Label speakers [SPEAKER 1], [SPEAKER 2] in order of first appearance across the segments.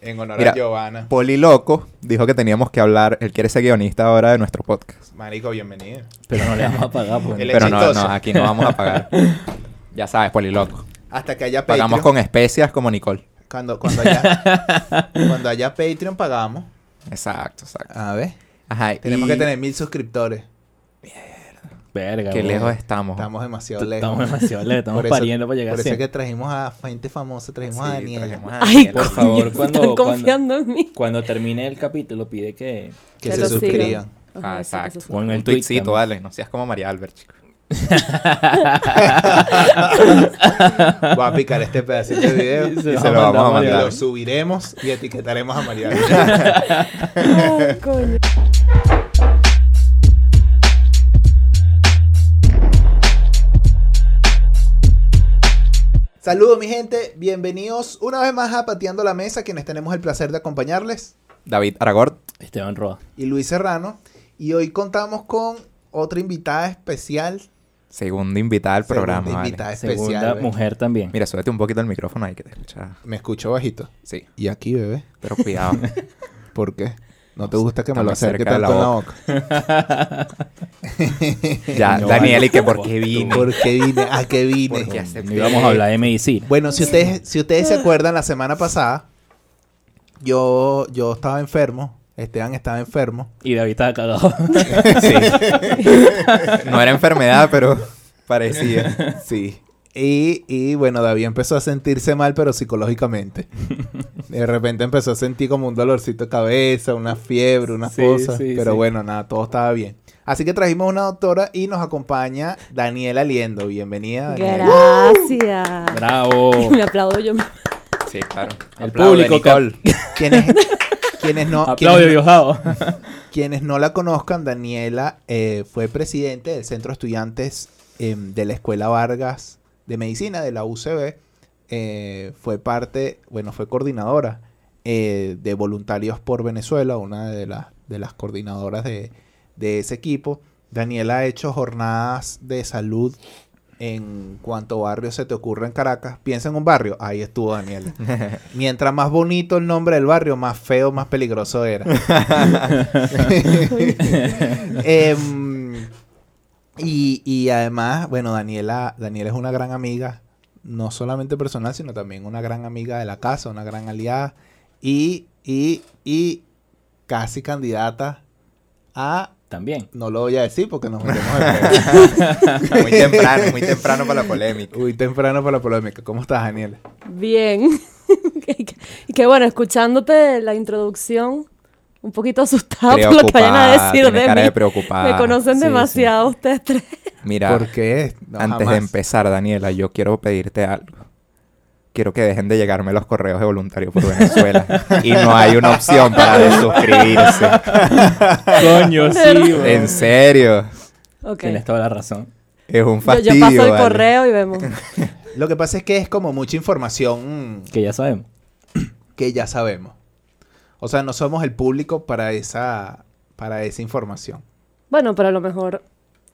[SPEAKER 1] en honor
[SPEAKER 2] Mira,
[SPEAKER 1] a Giovanna.
[SPEAKER 2] Poli Loco dijo que teníamos que hablar, él quiere ser guionista ahora de nuestro podcast.
[SPEAKER 1] Marico, bienvenido.
[SPEAKER 3] Pero no le vamos a pagar, pues.
[SPEAKER 1] El
[SPEAKER 2] Pero no, no,
[SPEAKER 1] exitoso.
[SPEAKER 2] aquí no vamos a pagar. ya sabes, Poli Loco.
[SPEAKER 1] Hasta que haya Patreon.
[SPEAKER 2] Pagamos con especias como Nicole.
[SPEAKER 1] Cuando, cuando, haya, cuando haya Patreon pagamos.
[SPEAKER 2] Exacto, exacto.
[SPEAKER 1] A ver.
[SPEAKER 2] Ajá,
[SPEAKER 1] Tenemos
[SPEAKER 2] y
[SPEAKER 1] que tener mil suscriptores.
[SPEAKER 3] Verga,
[SPEAKER 2] Qué
[SPEAKER 3] weón.
[SPEAKER 2] lejos estamos.
[SPEAKER 1] Estamos demasiado lejos.
[SPEAKER 3] Estamos demasiado lejos, estamos
[SPEAKER 1] Por eso-
[SPEAKER 3] pariendo para llegar
[SPEAKER 1] Por
[SPEAKER 3] a
[SPEAKER 1] eso es
[SPEAKER 3] 100.
[SPEAKER 1] que trajimos a gente famosa, trajimos a
[SPEAKER 2] Sí,
[SPEAKER 1] Daniel.
[SPEAKER 2] trajimos a
[SPEAKER 4] Ay,
[SPEAKER 2] Daniela.
[SPEAKER 3] Por favor,
[SPEAKER 4] coño,
[SPEAKER 3] cuando- cuando-
[SPEAKER 4] Están confiando en mí.
[SPEAKER 3] Cuando termine el capítulo, pide que.
[SPEAKER 1] Que
[SPEAKER 4] Que
[SPEAKER 1] se
[SPEAKER 4] lo sigan.
[SPEAKER 1] suscriban.
[SPEAKER 4] Ajá,
[SPEAKER 2] Ah,
[SPEAKER 4] eso, que se
[SPEAKER 2] exacto.
[SPEAKER 4] suscriban.
[SPEAKER 3] Pon el
[SPEAKER 2] Un
[SPEAKER 3] tweet
[SPEAKER 2] tuitcito,
[SPEAKER 3] también.
[SPEAKER 2] dale. No seas como María Albert, chico.
[SPEAKER 1] Voy a picar este pedacito de video y
[SPEAKER 3] Se
[SPEAKER 1] se
[SPEAKER 3] lo
[SPEAKER 1] lo
[SPEAKER 2] mandamos
[SPEAKER 1] vamos a
[SPEAKER 2] a
[SPEAKER 1] mandar.
[SPEAKER 2] Mariana.
[SPEAKER 1] Lo subiremos y etiquetaremos a María.
[SPEAKER 4] Ay, coño.
[SPEAKER 1] Saludos mi gente, bienvenidos una vez más a Pateando la Mesa, quienes tenemos el placer de acompañarles,
[SPEAKER 2] David Aragort.
[SPEAKER 3] Esteban Roa.
[SPEAKER 1] y Luis Serrano, y hoy contamos con otra invitada especial.
[SPEAKER 2] Segunda invitada al
[SPEAKER 1] segunda
[SPEAKER 2] programa, vale.
[SPEAKER 1] invitada especial.
[SPEAKER 3] Segunda
[SPEAKER 1] bebé.
[SPEAKER 3] mujer también.
[SPEAKER 2] Mira, súbete un poquito el micrófono ahí que te escucha.
[SPEAKER 1] Me escucho bajito.
[SPEAKER 2] Sí,
[SPEAKER 1] Y aquí, bebé,
[SPEAKER 2] pero cuidado.
[SPEAKER 1] ¿por qué? No te gusta que
[SPEAKER 2] está
[SPEAKER 1] me lo
[SPEAKER 2] muy cerca
[SPEAKER 1] acerque
[SPEAKER 2] de la
[SPEAKER 1] tanto en la boca.
[SPEAKER 2] ya,
[SPEAKER 3] No,
[SPEAKER 2] Daniel,
[SPEAKER 3] vale.
[SPEAKER 2] y que por qué
[SPEAKER 3] Tú.
[SPEAKER 2] vine.
[SPEAKER 1] ¿Por qué vine? ¿A qué vine?
[SPEAKER 2] Porque hace-
[SPEAKER 3] Y vamos a hablar de medicina.
[SPEAKER 1] Bueno, si ustedes, si ustedes se acuerdan, la semana pasada yo, yo estaba enfermo, Esteban estaba enfermo.
[SPEAKER 3] Y David estaba cagado.
[SPEAKER 2] Sí. No era enfermedad, pero parecía.
[SPEAKER 1] Sí. Y, y, bueno, David empezó a sentirse mal, pero psicológicamente. De repente empezó a sentir como un dolorcito de cabeza, una fiebre, unas
[SPEAKER 3] Sí,
[SPEAKER 1] cosas.
[SPEAKER 3] sí,
[SPEAKER 1] pero
[SPEAKER 3] sí.
[SPEAKER 1] bueno, nada, todo estaba bien. Así que trajimos una doctora y nos acompaña Daniela Liendo. Bienvenida, Daniela.
[SPEAKER 4] Gracias.
[SPEAKER 3] Bravo.
[SPEAKER 4] Me aplaudo yo. misma.
[SPEAKER 2] Sí, claro.
[SPEAKER 3] El
[SPEAKER 2] Aplaude,
[SPEAKER 3] público ca-
[SPEAKER 2] Nicole.
[SPEAKER 1] Quienes, quienes no,
[SPEAKER 3] Aplaudio,
[SPEAKER 1] quienes,
[SPEAKER 3] viajado.
[SPEAKER 1] quienes no la conozcan, Daniela eh, fue presidente del Centro de Estudiantes em, de la Escuela Vargas de Medicina de la UCB. Eh, fue parte, bueno, fue coordinadora eh, de Voluntarios por Venezuela, una de, las- de las coordinadoras de, de ese equipo. Daniela ha hecho jornadas de salud en cuanto barrio se te ocurra en Caracas. Piensa en un barrio, ahí estuvo Daniela. Mientras más bonito el nombre del barrio, más feo, más peligroso era. Em, y, y además, bueno, Daniela, Daniela es una gran amiga, no solamente personal, sino también una gran amiga de la casa, una gran aliada y, y, y casi candidata a...
[SPEAKER 3] También.
[SPEAKER 1] No lo voy a decir porque nos metemos en
[SPEAKER 2] Muy temprano, muy temprano para la polémica.
[SPEAKER 1] Uy, temprano para la polémica. ¿Cómo estás, Daniela?
[SPEAKER 4] Bien. Y que- y que bueno, escuchándote la introducción, un poquito asustada por lo que vayan a
[SPEAKER 2] Preocupada,
[SPEAKER 4] decir
[SPEAKER 2] tiene
[SPEAKER 4] de
[SPEAKER 2] cara
[SPEAKER 4] mí.
[SPEAKER 2] de preocupada.
[SPEAKER 4] Me conocen
[SPEAKER 3] Sí, sí.
[SPEAKER 4] demasiado ustedes tres.
[SPEAKER 2] Mira,
[SPEAKER 1] ¿Por qué? No,
[SPEAKER 2] antes de
[SPEAKER 1] jamás.
[SPEAKER 2] empezar, Daniela, yo quiero pedirte algo. Quiero que dejen de llegarme los correos de voluntario por Venezuela. y no hay una opción para desuscribirse.
[SPEAKER 3] Coño, sí, weón.
[SPEAKER 2] En serio.
[SPEAKER 4] Ok.
[SPEAKER 3] Tienes toda la razón.
[SPEAKER 2] Es un
[SPEAKER 4] Yo,
[SPEAKER 2] fastidio.
[SPEAKER 4] yo paso el
[SPEAKER 2] vale.
[SPEAKER 4] correo y vemos.
[SPEAKER 1] Lo que pasa es que es como mucha información mm,
[SPEAKER 3] Que ya sabemos.
[SPEAKER 1] que ya sabemos. O sea, no somos el público para esa, para esa información.
[SPEAKER 4] Bueno, pero a lo mejor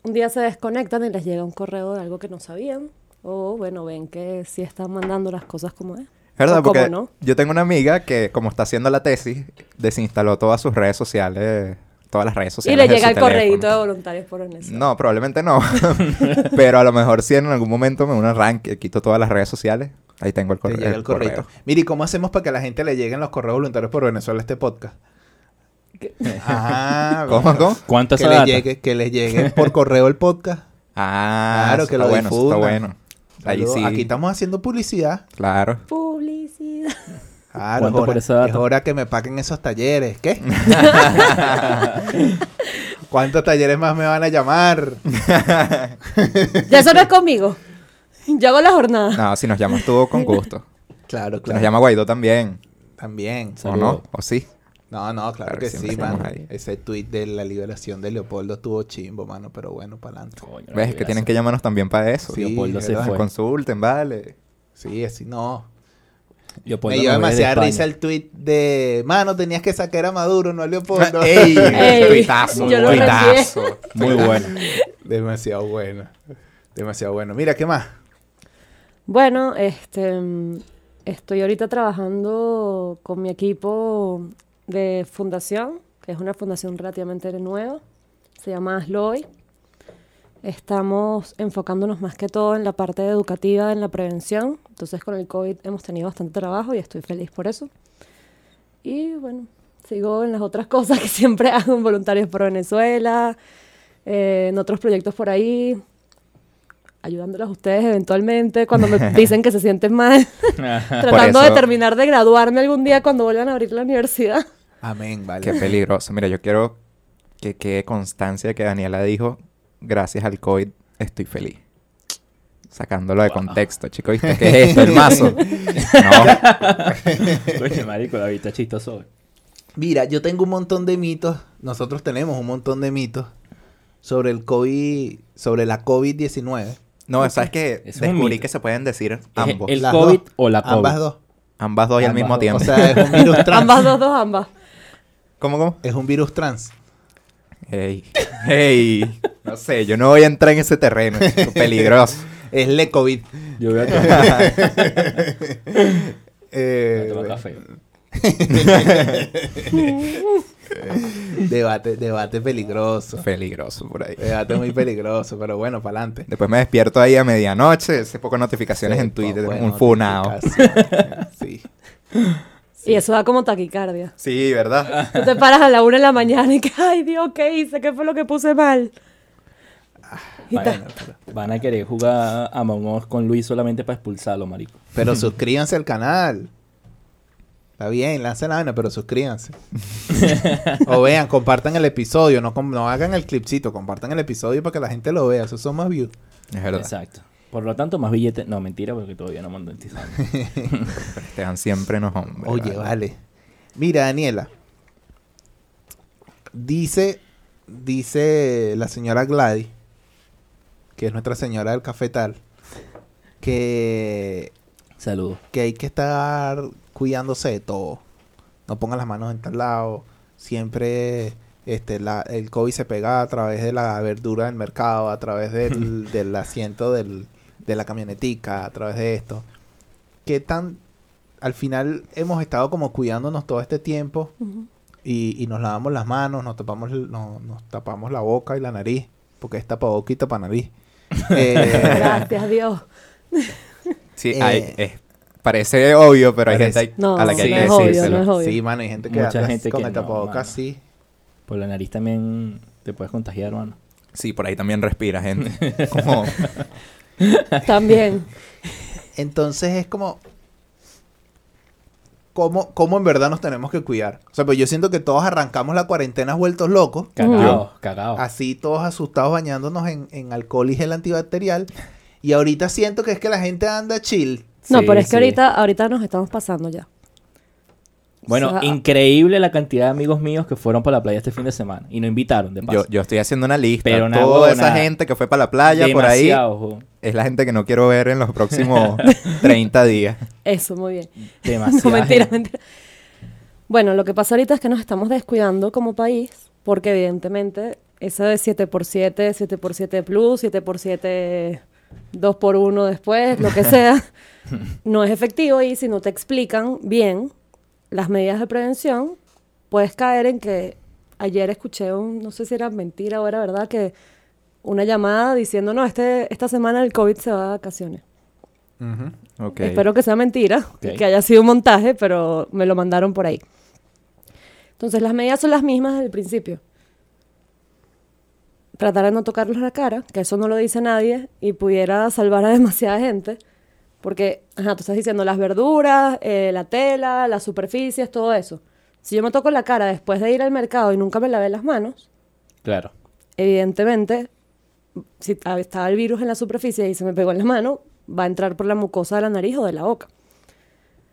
[SPEAKER 4] un día se desconectan y les llega un correo de algo que no sabían. O bueno, ven que sí están mandando las cosas como es.
[SPEAKER 2] Es verdad,
[SPEAKER 4] O cómo
[SPEAKER 2] porque
[SPEAKER 4] no.
[SPEAKER 2] yo tengo una amiga que, como está haciendo la tesis, desinstaló todas sus redes sociales, todas las redes
[SPEAKER 4] Y
[SPEAKER 2] sociales.
[SPEAKER 4] le
[SPEAKER 2] de
[SPEAKER 4] llega
[SPEAKER 2] su
[SPEAKER 4] el correíto de
[SPEAKER 2] teléfono.
[SPEAKER 4] voluntarios por Venezuela.
[SPEAKER 2] No, probablemente no. Pero a lo mejor si en algún momento me uno al ranking, quito todas las redes sociales, ahí tengo el
[SPEAKER 1] Te
[SPEAKER 2] correo.
[SPEAKER 1] llega el correo. Mire, ¿y cómo hacemos para que a la gente le lleguen los correos voluntarios por Venezuela a este podcast? Ah,
[SPEAKER 2] ¿Cómo, cómo?
[SPEAKER 3] ¿Cuánto es
[SPEAKER 1] Que
[SPEAKER 3] la
[SPEAKER 1] les
[SPEAKER 3] data?
[SPEAKER 1] llegue, que les llegue por correo el podcast.
[SPEAKER 2] Ah,
[SPEAKER 1] Claro,
[SPEAKER 2] eso
[SPEAKER 1] que
[SPEAKER 2] está
[SPEAKER 1] lo
[SPEAKER 2] bueno, eso está
[SPEAKER 1] difundan.
[SPEAKER 2] bueno. Ahí
[SPEAKER 1] Saludos.
[SPEAKER 2] sí.
[SPEAKER 1] Aquí estamos haciendo publicidad.
[SPEAKER 2] Claro.
[SPEAKER 4] Publicidad.
[SPEAKER 1] Claro, es
[SPEAKER 3] ¿Cuánto
[SPEAKER 1] hora,
[SPEAKER 3] por esa data?
[SPEAKER 1] es hora que me paguen esos talleres. ¿Qué? ¿Cuántos talleres más me van a llamar?
[SPEAKER 4] Ya eso no es conmigo. Yo hago la jornada.
[SPEAKER 2] No, si nos llamas tú, con gusto.
[SPEAKER 1] Claro,
[SPEAKER 2] Si nos llama Guaidó también.
[SPEAKER 1] También.
[SPEAKER 2] ¿O no? ¿O sí?
[SPEAKER 1] No, no, claro,
[SPEAKER 2] Claro,
[SPEAKER 1] que
[SPEAKER 2] siempre
[SPEAKER 1] sí,
[SPEAKER 2] estamos
[SPEAKER 1] mano.
[SPEAKER 2] ahí.
[SPEAKER 1] Ese tweet de la liberación de Leopoldo estuvo chimbo, mano, pero bueno, para adelante.
[SPEAKER 3] Coño, la
[SPEAKER 2] ¿Ves? Que tienen que llamarnos también para eso. pues,
[SPEAKER 1] Sí,
[SPEAKER 3] Leopoldo se
[SPEAKER 1] ¿verdad?
[SPEAKER 3] fue.
[SPEAKER 2] Consulten, vale.
[SPEAKER 1] Sí, así no.
[SPEAKER 3] Leopoldo
[SPEAKER 1] Me
[SPEAKER 3] nos
[SPEAKER 1] dio
[SPEAKER 3] ve de
[SPEAKER 1] demasiada
[SPEAKER 3] España.
[SPEAKER 1] risa el tweet de, mano, tenías que sacar a Maduro, no a Leopoldo.
[SPEAKER 2] ¡Ey!
[SPEAKER 4] Ey,
[SPEAKER 2] tuitazo,
[SPEAKER 4] yo lo
[SPEAKER 2] tuitazo.
[SPEAKER 3] Muy bueno.
[SPEAKER 1] Demasiado bueno. Demasiado bueno. Mira, ¿qué más?
[SPEAKER 4] Bueno, este mm, Estoy ahorita trabajando con mi equipo de fundación, que es una fundación relativamente nueva, se llama Asloy. Estamos enfocándonos más que todo en la parte educativa, en la prevención. Entonces con el COVID hemos tenido bastante trabajo y estoy feliz por eso. Y bueno, sigo en las otras cosas que siempre hago, en Voluntarios por Venezuela, eh, en otros proyectos por ahí, ayudándolos a ustedes eventualmente cuando me dicen que se sienten mal, tratando de
[SPEAKER 2] eso-
[SPEAKER 4] terminar de graduarme algún día cuando vuelvan a abrir la universidad.
[SPEAKER 1] Amén, vale.
[SPEAKER 2] Qué peligroso. Mira, yo quiero que quede constancia de que Daniela dijo, gracias al COVID estoy feliz. Sacándolo de contexto, chico, ¿viste? ¿Qué es esto? El mazo. No,
[SPEAKER 3] Coño, marico, David está chistoso.
[SPEAKER 1] Mira, yo tengo un montón de mitos. Nosotros tenemos un montón de mitos sobre el COVID, sobre la COVID-19.
[SPEAKER 2] no sabes que
[SPEAKER 3] Es un
[SPEAKER 2] descubrí
[SPEAKER 3] mito.
[SPEAKER 2] que se pueden decir ambos.
[SPEAKER 3] el-
[SPEAKER 1] Las
[SPEAKER 3] COVID
[SPEAKER 1] dos,
[SPEAKER 3] o la
[SPEAKER 1] Ambas
[SPEAKER 3] COVID?
[SPEAKER 1] dos.
[SPEAKER 2] Ambas dos y al
[SPEAKER 3] Ambas
[SPEAKER 2] mismo
[SPEAKER 3] dos.
[SPEAKER 1] O
[SPEAKER 2] tiempo.
[SPEAKER 1] sea, es un virus trans.
[SPEAKER 4] ambas dos, dos, ambas.
[SPEAKER 2] ¿Cómo, cómo?
[SPEAKER 1] Es un virus trans.
[SPEAKER 2] Ey, ey, no sé, yo no voy a entrar en ese terreno, chico, peligroso.
[SPEAKER 1] Es le COVID.
[SPEAKER 3] Yo voy a tomar, voy
[SPEAKER 1] Eh,
[SPEAKER 3] a tomar café.
[SPEAKER 1] debate, debate peligroso.
[SPEAKER 2] Peligroso por ahí.
[SPEAKER 1] Debate muy peligroso, pero bueno, para adelante.
[SPEAKER 2] Después me despierto ahí a medianoche, ese poco de notificaciones en Twitter, un funao.
[SPEAKER 1] Sí.
[SPEAKER 4] Y eso da como taquicardia.
[SPEAKER 2] Sí,
[SPEAKER 3] Ah,
[SPEAKER 2] ¿verdad?
[SPEAKER 4] Tú te paras a la una de la mañana y que, ay Dios, ¿qué hice? ¿Qué fue lo que puse mal?
[SPEAKER 3] Ah,
[SPEAKER 4] Y ta-
[SPEAKER 1] Bueno, pero-
[SPEAKER 3] Van a querer jugar a Mamón con Luis solamente para expulsarlo, marico.
[SPEAKER 1] pero suscríbanse al canal. Está bien, lancen la vaina, pero suscríbanse. o vean, compartan el episodio. No, com- no hagan el clipcito, compartan el episodio para que la gente lo vea. Esos son más views.
[SPEAKER 2] Es verdad.
[SPEAKER 3] Exacto. Por lo tanto, más billetes. No, mentira, porque todavía no mando
[SPEAKER 2] Te dan siempre unos hombres.
[SPEAKER 1] Oye, vale. Mira, Daniela. Dice, dice la señora Gladys, que es nuestra señora del cafetal, que,
[SPEAKER 3] Saludos.
[SPEAKER 1] que hay que estar cuidándose de todo. No pongan las manos en tal lado. Siempre este, la- el COVID se pega a través de la verdura del mercado, a través del, del asiento del- de la camionetica, a través de esto. ¿Qué tan... Al final hemos estado como cuidándonos todo este tiempo
[SPEAKER 4] Ujú.
[SPEAKER 1] y, y nos lavamos las manos, nos tapamos, el- no- nos tapamos la boca y la nariz, porque es tapaboca y tapa nariz. Eh,
[SPEAKER 4] Gracias Dios.
[SPEAKER 2] Sí,
[SPEAKER 1] Eh,
[SPEAKER 2] hay- es- parece obvio, pero hay
[SPEAKER 1] parece-
[SPEAKER 2] gente ahí-
[SPEAKER 4] No,
[SPEAKER 2] a la que
[SPEAKER 1] sí,
[SPEAKER 2] hay que
[SPEAKER 1] es obvio,
[SPEAKER 2] decírselo.
[SPEAKER 4] no es obvio.
[SPEAKER 1] Sí, mano, hay gente que
[SPEAKER 3] Mucha
[SPEAKER 1] anda
[SPEAKER 3] gente
[SPEAKER 1] con
[SPEAKER 3] que
[SPEAKER 1] el
[SPEAKER 3] no,
[SPEAKER 1] tapabocas,
[SPEAKER 3] mano.
[SPEAKER 1] sí.
[SPEAKER 3] Por la nariz también te puedes contagiar, hermano.
[SPEAKER 2] Sí, por ahí también respira gente. Como,
[SPEAKER 4] También.
[SPEAKER 1] Entonces es como... ¿Cómo, ¿Cómo en verdad nos tenemos que cuidar? O sea, pues yo siento que todos arrancamos la cuarentena vueltos locos.
[SPEAKER 3] Cagados, cagados.
[SPEAKER 4] Ah,
[SPEAKER 1] Así todos asustados bañándonos en, en alcohol y gel antibacterial. Y ahorita siento que es que la gente anda chill.
[SPEAKER 4] No,
[SPEAKER 3] Sí,
[SPEAKER 4] pero es que
[SPEAKER 3] sí.
[SPEAKER 4] ahorita, ahorita nos estamos pasando ya.
[SPEAKER 3] Bueno,
[SPEAKER 4] O sea,
[SPEAKER 3] increíble la cantidad de amigos míos que fueron para la playa este fin de semana y no invitaron, de
[SPEAKER 2] yo,
[SPEAKER 3] paso.
[SPEAKER 2] yo estoy haciendo una lista.
[SPEAKER 3] Pero una
[SPEAKER 2] Toda esa
[SPEAKER 3] huevona.
[SPEAKER 2] gente que fue para la playa por ahí
[SPEAKER 3] demasiado, jo.
[SPEAKER 2] es la gente que no quiero ver en los próximos 30 días.
[SPEAKER 4] Eso, muy bien.
[SPEAKER 3] Demasiado.
[SPEAKER 4] No, mentira, mentira. Bueno, lo que pasa ahorita es que nos estamos descuidando como país, porque evidentemente eso de 7x7, 7x7 plus, 7x7 2x1 después, lo que sea, no es efectivo y si no te explican bien las medidas de prevención, puedes caer en que ayer escuché un, no sé si era mentira o era verdad, que una llamada diciendo, no, este, esta semana el COVID se va de vacaciones.
[SPEAKER 2] Ok.
[SPEAKER 4] Espero que sea mentira, y
[SPEAKER 3] Ok.
[SPEAKER 4] que haya sido un montaje, pero me lo mandaron por ahí. Entonces las medidas son las mismas desde el principio. Tratar de no tocarlos la cara, que eso no lo dice nadie, y pudiera salvar a demasiada gente. Porque, ajá, tú estás diciendo las verduras, eh, la tela, las superficies, todo eso. Si yo me toco la cara después de ir al mercado y nunca me lavé las manos,
[SPEAKER 3] Claro.
[SPEAKER 4] evidentemente, si ta- estaba el virus en la superficie y se me pegó en la mano, va a entrar por la mucosa de la nariz o de la boca.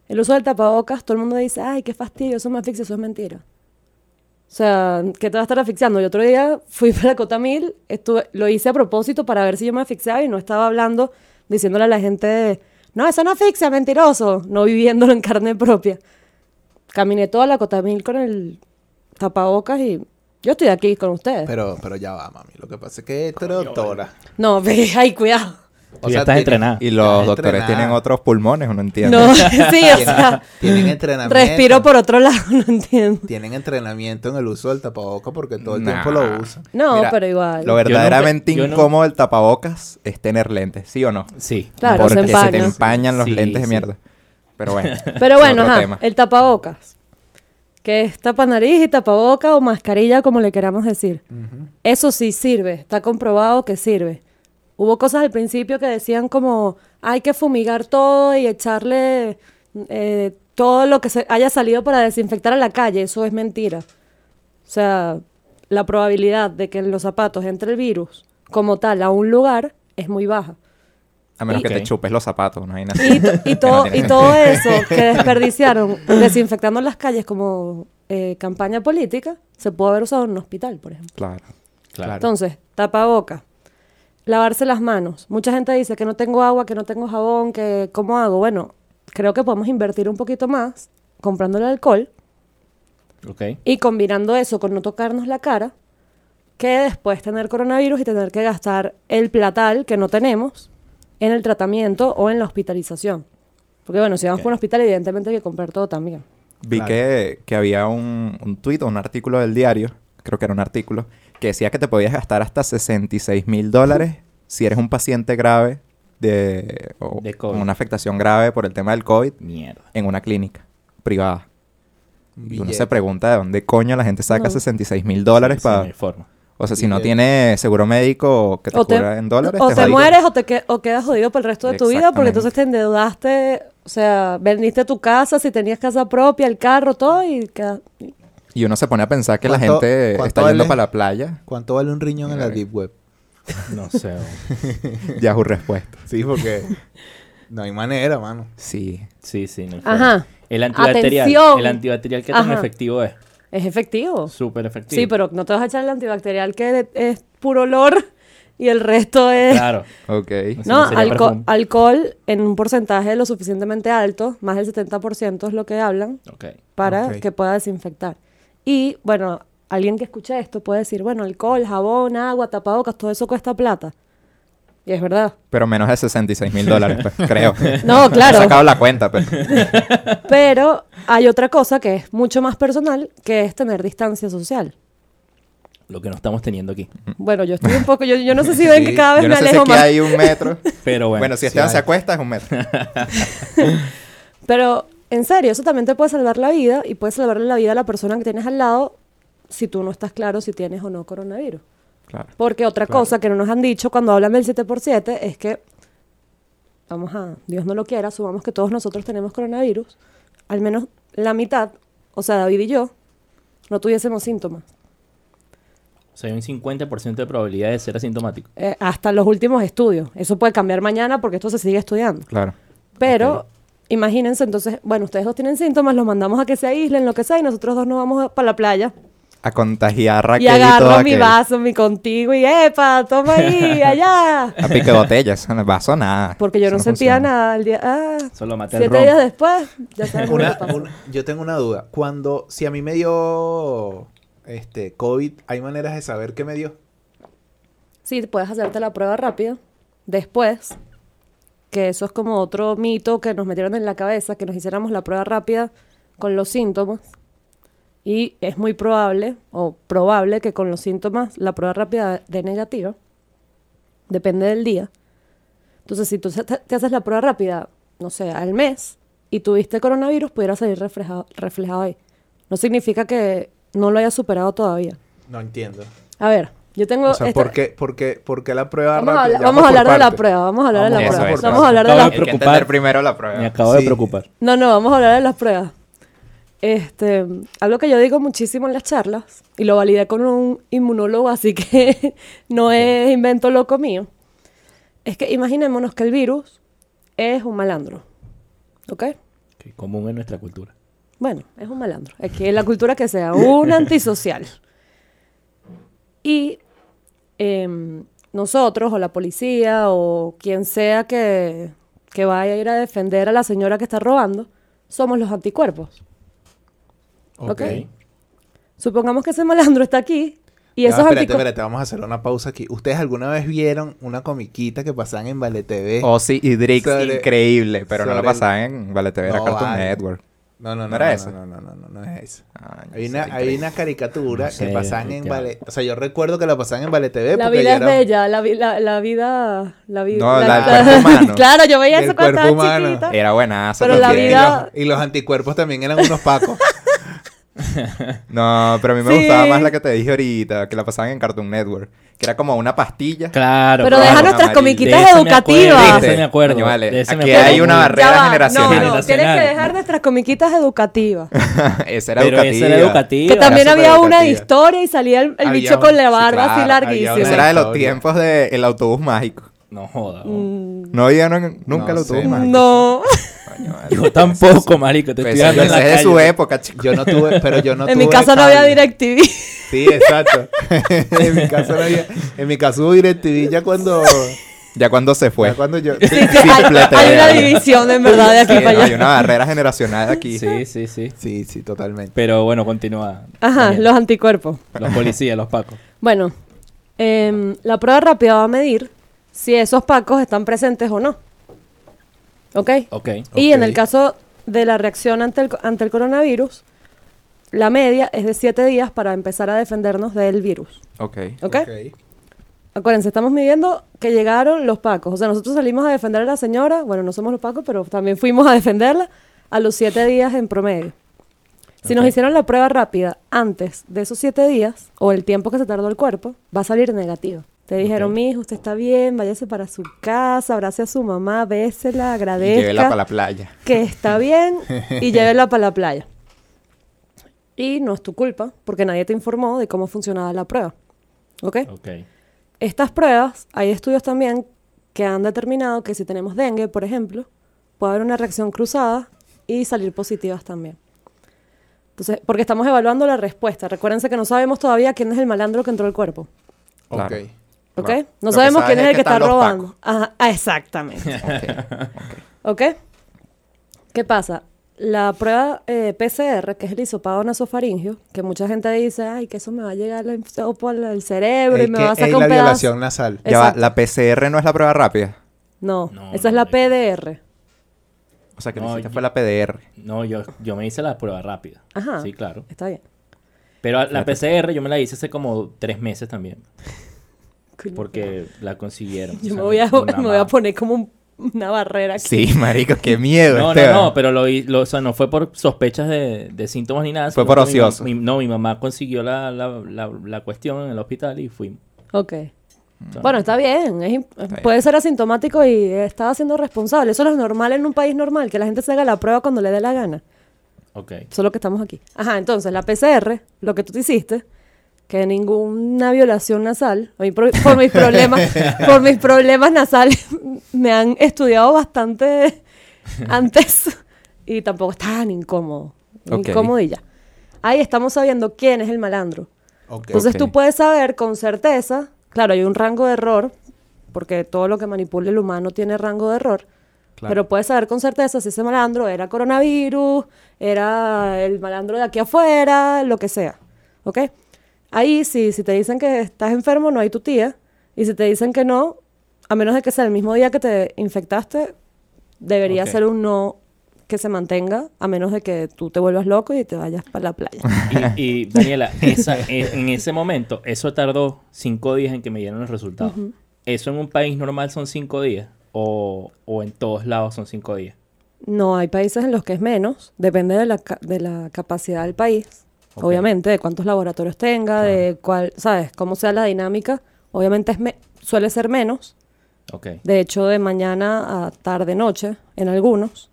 [SPEAKER 4] El uso del tapabocas, todo el mundo dice, ay, qué fastidio, eso me asfixia, eso es mentira. O sea, ¿qué te va a estar asfixiando? Yo otro día fui para Cotamil, estuve, lo hice a propósito para ver si yo me asfixiaba y no estaba hablando, diciéndole a la gente, no, eso no asfixia, mentiroso, no viviéndolo en carne propia. Caminé toda la Cotamil con el tapabocas y yo estoy aquí con ustedes.
[SPEAKER 1] Pero, pero ya va, mami. Lo que pasa es que tú eres doctora.
[SPEAKER 4] No, ve, ay, cuidado.
[SPEAKER 3] ya estás
[SPEAKER 1] tienen-
[SPEAKER 3] entrenada.
[SPEAKER 2] Y los
[SPEAKER 1] estás
[SPEAKER 2] doctores
[SPEAKER 1] entrenada.
[SPEAKER 2] tienen otros pulmones, uno entiende.
[SPEAKER 4] No, sí, o sea,
[SPEAKER 1] Tienen entrenamiento.
[SPEAKER 4] respiro por otro lado, no entiendo.
[SPEAKER 1] Tienen entrenamiento en el uso del tapabocas porque todo el
[SPEAKER 2] Nah.
[SPEAKER 1] tiempo lo usan.
[SPEAKER 4] No,
[SPEAKER 2] Mira,
[SPEAKER 4] pero igual.
[SPEAKER 2] Lo verdaderamente
[SPEAKER 3] yo nunca-
[SPEAKER 2] incómodo del tapabocas es tener lentes, ¿sí o no?
[SPEAKER 3] Sí.
[SPEAKER 4] Claro,
[SPEAKER 2] Porque
[SPEAKER 4] se
[SPEAKER 2] se te
[SPEAKER 4] empaña.
[SPEAKER 2] empañan los
[SPEAKER 3] Sí,
[SPEAKER 2] lentes de
[SPEAKER 3] sí.
[SPEAKER 2] mierda. Pero bueno.
[SPEAKER 4] Pero bueno,
[SPEAKER 2] otro
[SPEAKER 4] ajá,
[SPEAKER 2] tema.
[SPEAKER 4] el tapabocas. Que es tapa nariz y tapaboca o mascarilla, como le queramos decir. Eso sí sirve, está comprobado que sirve. Hubo cosas al principio que decían como hay que fumigar todo y echarle eh, todo lo que se haya salido para desinfectar a la calle. Eso es mentira. O sea, la probabilidad de que en los zapatos entre el virus como tal a un lugar es muy baja.
[SPEAKER 2] A menos que
[SPEAKER 3] Ok.
[SPEAKER 2] te chupes los zapatos, no hay nada.
[SPEAKER 4] Y, to-
[SPEAKER 2] Que
[SPEAKER 4] y,
[SPEAKER 2] no
[SPEAKER 4] todo,
[SPEAKER 2] tiene
[SPEAKER 4] y
[SPEAKER 2] sentido.
[SPEAKER 4] todo eso que desperdiciaron desinfectando las calles como eh, campaña política, se pudo haber usado en un hospital, por ejemplo.
[SPEAKER 2] Claro.
[SPEAKER 3] Claro.
[SPEAKER 4] Entonces, tapaboca, lavarse las manos. Mucha gente dice que no tengo agua, que no tengo jabón, que ¿cómo hago? Bueno, creo que podemos invertir un poquito más comprando el alcohol
[SPEAKER 3] Ok.
[SPEAKER 4] y combinando eso con no tocarnos la cara, que después tener coronavirus y tener que gastar el platal que no tenemos en el tratamiento o en la hospitalización. Porque bueno, si vamos por un hospital, evidentemente hay que comprar todo también.
[SPEAKER 2] Vi
[SPEAKER 1] Claro.
[SPEAKER 2] que, que había un, un tuit o un artículo del diario, creo que era un artículo, que decía que te podías gastar hasta 66 mil dólares si eres un paciente grave de, o
[SPEAKER 3] De COVID.
[SPEAKER 2] con una afectación grave por el tema del COVID
[SPEAKER 3] Mierda.
[SPEAKER 2] en una clínica privada. Y uno
[SPEAKER 1] Billete.
[SPEAKER 2] se pregunta de dónde coño la gente saca
[SPEAKER 4] No.
[SPEAKER 2] 66 mil dólares
[SPEAKER 3] Sí,
[SPEAKER 2] para...
[SPEAKER 3] no hay forma.
[SPEAKER 2] o sea, si no
[SPEAKER 1] Billete.
[SPEAKER 2] tiene seguro médico que te cubra en dólares...
[SPEAKER 4] o te
[SPEAKER 2] jodiste.
[SPEAKER 4] mueres o te que- o quedas jodido por el resto de tu vida
[SPEAKER 2] Exactamente.
[SPEAKER 4] porque entonces te endeudaste, o sea, vendiste tu casa, si tenías casa propia, el carro, todo y queda-
[SPEAKER 2] Y uno se pone a pensar que la
[SPEAKER 1] ¿Cuánto-
[SPEAKER 2] gente
[SPEAKER 1] cuánto
[SPEAKER 2] está yendo
[SPEAKER 1] vale?
[SPEAKER 2] para la playa.
[SPEAKER 1] ¿Cuánto vale un riñón en la
[SPEAKER 2] Mira,
[SPEAKER 1] Deep Web?
[SPEAKER 3] No sé. weón.
[SPEAKER 2] Yahoo respuesta.
[SPEAKER 1] Sí, porque no hay manera, mano.
[SPEAKER 2] Sí.
[SPEAKER 3] Sí, sí. No hay forma.
[SPEAKER 4] Ajá,
[SPEAKER 3] El antibacterial.
[SPEAKER 4] Atención.
[SPEAKER 3] El antibacterial que tan
[SPEAKER 4] Ajá.
[SPEAKER 3] efectivo es.
[SPEAKER 4] es efectivo.
[SPEAKER 3] Súper efectivo.
[SPEAKER 4] Sí, pero no te vas a echar el antibacterial que es puro olor y el resto es...
[SPEAKER 3] Claro.
[SPEAKER 2] Ok.
[SPEAKER 3] Eso
[SPEAKER 4] No,
[SPEAKER 3] no sería
[SPEAKER 4] alco-
[SPEAKER 3] perfume.
[SPEAKER 4] alcohol en un porcentaje lo suficientemente alto, más del 70% es lo que hablan,
[SPEAKER 3] Ok.
[SPEAKER 4] para
[SPEAKER 1] Ok.
[SPEAKER 4] que pueda desinfectar. Y bueno, alguien que escuche esto puede decir, bueno, alcohol, jabón, agua, tapabocas, todo eso cuesta plata. Y es verdad.
[SPEAKER 2] Pero menos de 66 mil dólares, pues, creo.
[SPEAKER 4] No, claro.
[SPEAKER 2] He sacado la cuenta, pues. pero...
[SPEAKER 4] Pero hay otra cosa que es mucho más personal, que es tener distancia social.
[SPEAKER 3] Lo que no estamos teniendo aquí.
[SPEAKER 4] Bueno, yo estoy un poco, yo, yo no sé si ven que cada
[SPEAKER 2] Mm.
[SPEAKER 4] vez
[SPEAKER 2] Yo no
[SPEAKER 4] me
[SPEAKER 2] sé si
[SPEAKER 4] alejo
[SPEAKER 2] aquí
[SPEAKER 4] más.
[SPEAKER 2] hay un metro.
[SPEAKER 3] Pero
[SPEAKER 2] Bueno,
[SPEAKER 3] bueno.
[SPEAKER 2] si Esteban
[SPEAKER 1] hay.
[SPEAKER 2] se acuesta es un metro.
[SPEAKER 4] Pero en serio, eso también te puede salvar la vida y puede salvarle la vida a la persona que tienes al lado si tú no estás claro si tienes o no coronavirus.
[SPEAKER 2] Claro.
[SPEAKER 4] Porque otra cosa que no nos han dicho cuando hablan del 7x7 es que, vamos a, Dios no lo quiera, sumamos que todos nosotros tenemos coronavirus, al menos la mitad, o sea, David y yo, no tuviésemos síntomas.
[SPEAKER 3] O sea, hay un 50% de probabilidad de ser asintomático.
[SPEAKER 4] eh, hasta los últimos estudios. Eso puede cambiar mañana porque esto se sigue estudiando.
[SPEAKER 2] Claro.
[SPEAKER 4] Pero imagínense, entonces, bueno, ustedes dos tienen síntomas, los mandamos a que se aíslen, lo que sea, y nosotros dos nos vamos para la playa.
[SPEAKER 2] A contagiar a
[SPEAKER 4] Y
[SPEAKER 2] Raquelito
[SPEAKER 4] agarro
[SPEAKER 2] a
[SPEAKER 4] mi
[SPEAKER 2] que-
[SPEAKER 4] vaso, mi contigo, y epa, toma ahí, allá.
[SPEAKER 2] A pique botella. Eso no vaso nada.
[SPEAKER 4] Porque yo
[SPEAKER 2] Eso
[SPEAKER 4] no, sentía
[SPEAKER 2] funciona.
[SPEAKER 4] nada el día. Ah,
[SPEAKER 3] Solo maté el
[SPEAKER 4] siete
[SPEAKER 3] ron.
[SPEAKER 4] días después, ya sabes lo que
[SPEAKER 1] Una-
[SPEAKER 4] pasa.
[SPEAKER 1] un- yo tengo una duda. Cuando, si a mí me dio este COVID, ¿hay maneras de saber qué me dio?
[SPEAKER 4] Sí, puedes hacerte la prueba rápido. Después, que eso es como otro mito que nos metieron en la cabeza, que nos hiciéramos la prueba rápida con los síntomas. Y es muy probable, o probable, que con los síntomas la prueba rápida dé negativa. Depende del día. Entonces, si tú se- te haces la prueba rápida, no sé, al mes, y tuviste coronavirus, pudiera salir reflejado, reflejado ahí. No significa que no lo hayas superado todavía.
[SPEAKER 1] No entiendo.
[SPEAKER 4] A ver, yo tengo...
[SPEAKER 1] O sea,
[SPEAKER 4] esta-
[SPEAKER 1] ¿por qué, por qué- por qué la prueba
[SPEAKER 4] Vamos a,
[SPEAKER 1] rápida?
[SPEAKER 4] hablar,
[SPEAKER 1] Ya
[SPEAKER 4] vamos a
[SPEAKER 1] por
[SPEAKER 4] hablar de la
[SPEAKER 1] parte.
[SPEAKER 4] prueba, vamos a hablar de la
[SPEAKER 1] Vamos
[SPEAKER 2] por
[SPEAKER 4] prueba.
[SPEAKER 2] partes.
[SPEAKER 4] Vamos a hablar de
[SPEAKER 3] Acabo
[SPEAKER 4] la
[SPEAKER 2] Hay que
[SPEAKER 3] preocupar.
[SPEAKER 2] entender primero la prueba.
[SPEAKER 3] Me acabo de
[SPEAKER 1] Sí.
[SPEAKER 3] preocupar.
[SPEAKER 4] No, no, vamos a hablar de las pruebas. Este, algo que yo digo muchísimo en las charlas, y lo validé con un inmunólogo, así que no es invento loco mío, es que imaginémonos que el virus es un malandro, ¿ok?
[SPEAKER 3] Que es común en nuestra cultura.
[SPEAKER 4] Bueno, es un malandro. Es que la cultura que sea, un antisocial. Y em, nosotros o la policía o quien sea que, que vaya a ir a defender a la señora que está robando, somos los anticuerpos.
[SPEAKER 1] Ok.
[SPEAKER 4] Ok. Supongamos que ese malandro está aquí Y
[SPEAKER 1] Ya va,
[SPEAKER 4] esos
[SPEAKER 1] espérate,
[SPEAKER 4] antico-
[SPEAKER 1] espérate, vamos a hacer una pausa aquí. ¿Ustedes alguna vez vieron una comiquita que pasaban en Vale TV?
[SPEAKER 2] Ozzy y Drix,
[SPEAKER 1] Sobre-
[SPEAKER 2] increíble, pero no
[SPEAKER 1] sobre
[SPEAKER 2] lo
[SPEAKER 1] el-
[SPEAKER 2] pasaban en Vale TV, era
[SPEAKER 1] No,
[SPEAKER 2] Cartoon
[SPEAKER 1] vale.
[SPEAKER 2] Network.
[SPEAKER 1] No, no, no.
[SPEAKER 2] ¿No era
[SPEAKER 1] no,
[SPEAKER 2] esa?
[SPEAKER 1] No, no, no, no, no es esa.
[SPEAKER 2] Ay,
[SPEAKER 1] Hay
[SPEAKER 2] sí,
[SPEAKER 1] una, hay
[SPEAKER 2] increíble.
[SPEAKER 1] una caricatura
[SPEAKER 3] No sé,
[SPEAKER 1] que pasaban en
[SPEAKER 3] ya.
[SPEAKER 1] Vale... O sea, yo recuerdo que la pasaban en Vale TV
[SPEAKER 4] La
[SPEAKER 1] Eh, porque
[SPEAKER 4] vida
[SPEAKER 1] yo
[SPEAKER 4] es
[SPEAKER 1] era-
[SPEAKER 4] bella, la, vi- la, la vida... La vida
[SPEAKER 2] No, la del cuerpo humano.
[SPEAKER 4] claro, yo veía
[SPEAKER 1] Del
[SPEAKER 4] eso cuando
[SPEAKER 1] cuerpo
[SPEAKER 4] estaba
[SPEAKER 1] humano. Eh,
[SPEAKER 4] chiquita.
[SPEAKER 2] Era buenaza
[SPEAKER 4] Pero la
[SPEAKER 2] también.
[SPEAKER 1] Y
[SPEAKER 4] vida-
[SPEAKER 1] los, y los anticuerpos también eran unos pacos.
[SPEAKER 2] No, pero a mí me
[SPEAKER 4] Sí.
[SPEAKER 2] gustaba más la que te dije ahorita, que la pasaban en Cartoon Network, que era como una pastilla.
[SPEAKER 3] Claro.
[SPEAKER 4] Pero
[SPEAKER 2] claro,
[SPEAKER 4] deja
[SPEAKER 2] claro,
[SPEAKER 4] nuestras
[SPEAKER 2] amarillo.
[SPEAKER 3] De
[SPEAKER 4] comiquitas
[SPEAKER 3] eso me acuerdo,
[SPEAKER 4] educativas.
[SPEAKER 3] de eso me acuerdo,
[SPEAKER 2] Coño, vale,
[SPEAKER 3] de eso me
[SPEAKER 2] aquí
[SPEAKER 3] acuerdo
[SPEAKER 2] hay una
[SPEAKER 3] mucho.
[SPEAKER 2] barrera
[SPEAKER 4] Ya va,
[SPEAKER 2] generacional.
[SPEAKER 4] No, no, tienes que
[SPEAKER 3] Generacional.
[SPEAKER 4] dejar nuestras comiquitas educativas.
[SPEAKER 2] Esa era
[SPEAKER 3] Pero esa
[SPEAKER 2] educativa.
[SPEAKER 3] era educativa.
[SPEAKER 4] que también
[SPEAKER 2] era
[SPEAKER 4] había una de
[SPEAKER 2] supereducativa.
[SPEAKER 4] historia y salía el, el
[SPEAKER 1] Había
[SPEAKER 4] bicho
[SPEAKER 1] un-
[SPEAKER 4] con la
[SPEAKER 1] sí,
[SPEAKER 4] barba así
[SPEAKER 2] claro,
[SPEAKER 1] había
[SPEAKER 4] larguísima.
[SPEAKER 1] una
[SPEAKER 2] Esa era de los
[SPEAKER 1] Historia.
[SPEAKER 2] tiempos del autobús mágico.
[SPEAKER 3] No joda.
[SPEAKER 4] Mm,
[SPEAKER 2] No vieron nunca
[SPEAKER 1] No
[SPEAKER 2] el
[SPEAKER 1] sé,
[SPEAKER 2] autobús mágico.
[SPEAKER 4] No,
[SPEAKER 2] Coño, vale.
[SPEAKER 3] Yo tampoco, marico. Te
[SPEAKER 2] Pues eso
[SPEAKER 3] estoy dando en la
[SPEAKER 2] es de su
[SPEAKER 3] calle.
[SPEAKER 2] época, chico.
[SPEAKER 1] Yo no tuve, pero yo no tuve.
[SPEAKER 4] en mi casa no
[SPEAKER 1] cable.
[SPEAKER 4] había DirecTV.
[SPEAKER 1] Sí, exacto. en mi casa no había. En mi casa hubo DirecTV ya cuando.
[SPEAKER 2] Ya cuando se fue.
[SPEAKER 1] ya cuando yo.
[SPEAKER 4] Sí, sí, hay,
[SPEAKER 2] Simple
[SPEAKER 4] hay una
[SPEAKER 2] TV.
[SPEAKER 4] división en verdad de aquí
[SPEAKER 2] Sí, no,
[SPEAKER 4] para
[SPEAKER 2] hay
[SPEAKER 4] allá.
[SPEAKER 2] una barrera generacional aquí.
[SPEAKER 3] Sí, sí, sí.
[SPEAKER 1] Sí, sí, totalmente.
[SPEAKER 3] Pero bueno, continúa.
[SPEAKER 4] Ajá,
[SPEAKER 3] Daniel.
[SPEAKER 4] los anticuerpos.
[SPEAKER 3] Los policías, los pacos.
[SPEAKER 4] Bueno, em, la prueba rápida va a medir si esos pacos están presentes o no. ¿Ok?
[SPEAKER 3] Ok.
[SPEAKER 4] Y en el
[SPEAKER 1] Ok.
[SPEAKER 4] caso de la reacción ante el, co- ante el coronavirus, la media es de 7 días para empezar a defendernos del virus.
[SPEAKER 2] Ok.
[SPEAKER 4] ¿Ok? Acuérdense, estamos midiendo que llegaron los pacos. O sea, nosotros salimos a defender a la señora. Bueno, no somos los pacos, pero también fuimos a defenderla a los 7 días en promedio. Si nos
[SPEAKER 3] Ok.
[SPEAKER 4] hicieron la prueba rápida antes de esos 7 días o el tiempo que se tardó el cuerpo, va a salir negativo. Te dijeron,
[SPEAKER 3] Ok.
[SPEAKER 4] mijo, usted está bien, váyase para su casa, abrace a su mamá, bésela,
[SPEAKER 2] Y llévela
[SPEAKER 4] agradezca
[SPEAKER 2] para la playa.
[SPEAKER 4] que está bien y llévela para la playa. Y no es tu culpa, porque nadie te informó de cómo funcionaba la prueba. ¿Ok?
[SPEAKER 3] Ok.
[SPEAKER 4] Estas pruebas, hay estudios también que han determinado que si tenemos dengue, por ejemplo, puede haber una reacción cruzada y salir positivas también. Entonces, porque estamos evaluando la respuesta. Recuérdense que no sabemos todavía quién es el malandro que entró al cuerpo.
[SPEAKER 1] Ok.
[SPEAKER 2] Claro.
[SPEAKER 4] ¿Ok?
[SPEAKER 2] Claro.
[SPEAKER 4] No
[SPEAKER 2] Lo que
[SPEAKER 4] sabemos
[SPEAKER 2] sabes
[SPEAKER 4] quién es
[SPEAKER 2] es
[SPEAKER 4] el
[SPEAKER 2] que
[SPEAKER 4] que está
[SPEAKER 2] están los
[SPEAKER 4] robando. Ajá, ah, exactamente. ¿Ok? ¿Qué pasa? La prueba eh, PCR, que es el hisopado nasofaringio, que mucha gente dice, ay, que eso me va a llegar el hisopo al al cerebro y
[SPEAKER 1] Es
[SPEAKER 4] me
[SPEAKER 1] que
[SPEAKER 4] va a
[SPEAKER 1] es
[SPEAKER 4] sacar
[SPEAKER 1] la
[SPEAKER 4] un pedazo.
[SPEAKER 1] violación nasal.
[SPEAKER 4] Eh,
[SPEAKER 2] Ya va,
[SPEAKER 4] Exacto.
[SPEAKER 2] la PCR no es la prueba rápida.
[SPEAKER 4] No,
[SPEAKER 3] No,
[SPEAKER 4] esa es
[SPEAKER 3] no,
[SPEAKER 4] la
[SPEAKER 3] no.
[SPEAKER 4] PDR.
[SPEAKER 2] O sea, que lo
[SPEAKER 3] No,
[SPEAKER 2] hiciste
[SPEAKER 3] yo-
[SPEAKER 2] fue la PDR.
[SPEAKER 3] No, yo, yo me hice la prueba rápida.
[SPEAKER 4] Ajá.
[SPEAKER 3] Sí, claro.
[SPEAKER 4] Está bien.
[SPEAKER 3] Pero la PCR yo me la hice hace como tres meses también. Porque la consiguieron. O
[SPEAKER 4] yo
[SPEAKER 3] sea,
[SPEAKER 4] me voy, a,
[SPEAKER 3] una
[SPEAKER 4] me voy a
[SPEAKER 3] más.
[SPEAKER 4] poner como un- una barrera aquí.
[SPEAKER 2] Sí, marico, qué miedo.
[SPEAKER 3] No, no,
[SPEAKER 2] Esteban.
[SPEAKER 3] no, pero lo, hi- lo- o sea, no fue por sospechas de, de síntomas ni nada.
[SPEAKER 2] Fue
[SPEAKER 3] sino
[SPEAKER 2] por
[SPEAKER 3] que mi mam-
[SPEAKER 2] ocioso.
[SPEAKER 3] mi- no, mi mamá consiguió la, la, la, la cuestión en el hospital y fuimos.
[SPEAKER 4] Ok.
[SPEAKER 3] Entonces,
[SPEAKER 4] Mm. Bueno, está bien. es imp-
[SPEAKER 2] bien.
[SPEAKER 4] Puede ser asintomático y está siendo responsable. Eso es lo normal en un país normal, que la gente se haga la prueba cuando le dé la gana.
[SPEAKER 3] Ok.
[SPEAKER 4] Solo que estamos aquí. Ajá, entonces la PCR, lo que tú te hiciste, que ninguna violación nasal, a mí por, por mis problemas, por mis problemas nasales me han estudiado bastante antes y tampoco es tan incómodo,
[SPEAKER 2] Ok.
[SPEAKER 4] incómodo y ya. Ahí estamos sabiendo quién es el malandro.
[SPEAKER 1] Ok.
[SPEAKER 4] Entonces
[SPEAKER 2] Ok.
[SPEAKER 4] tú puedes saber con certeza, claro, hay un rango de error, porque todo lo que manipula el humano tiene rango de error,
[SPEAKER 1] Claro.
[SPEAKER 4] pero puedes saber con certeza si ese malandro era coronavirus, era el malandro de aquí afuera, lo que sea, ¿ok? Ahí si, si te dicen que estás enfermo, no hay tu tía, y si te dicen que no, a menos de que sea el mismo día que te infectaste, debería
[SPEAKER 2] Ok.
[SPEAKER 4] ser un no que se mantenga, a menos de que tú te vuelvas loco y te vayas para la playa.
[SPEAKER 3] Y, y, Daniela, esa- e, en, en ese momento, eso tardó cinco días en que me dieran los resultados. ¿Eso en un país normal son cinco días? ¿O, o en todos lados son cinco días?
[SPEAKER 4] No, hay países en los que es menos, depende de la, ca- de la capacidad del país,
[SPEAKER 3] Ok.
[SPEAKER 4] obviamente, de cuántos laboratorios tenga, de cuál, ¿sabes? Cómo sea la dinámica, obviamente es me- suele ser menos,
[SPEAKER 3] Ok.
[SPEAKER 4] de hecho de mañana a tarde noche en algunos,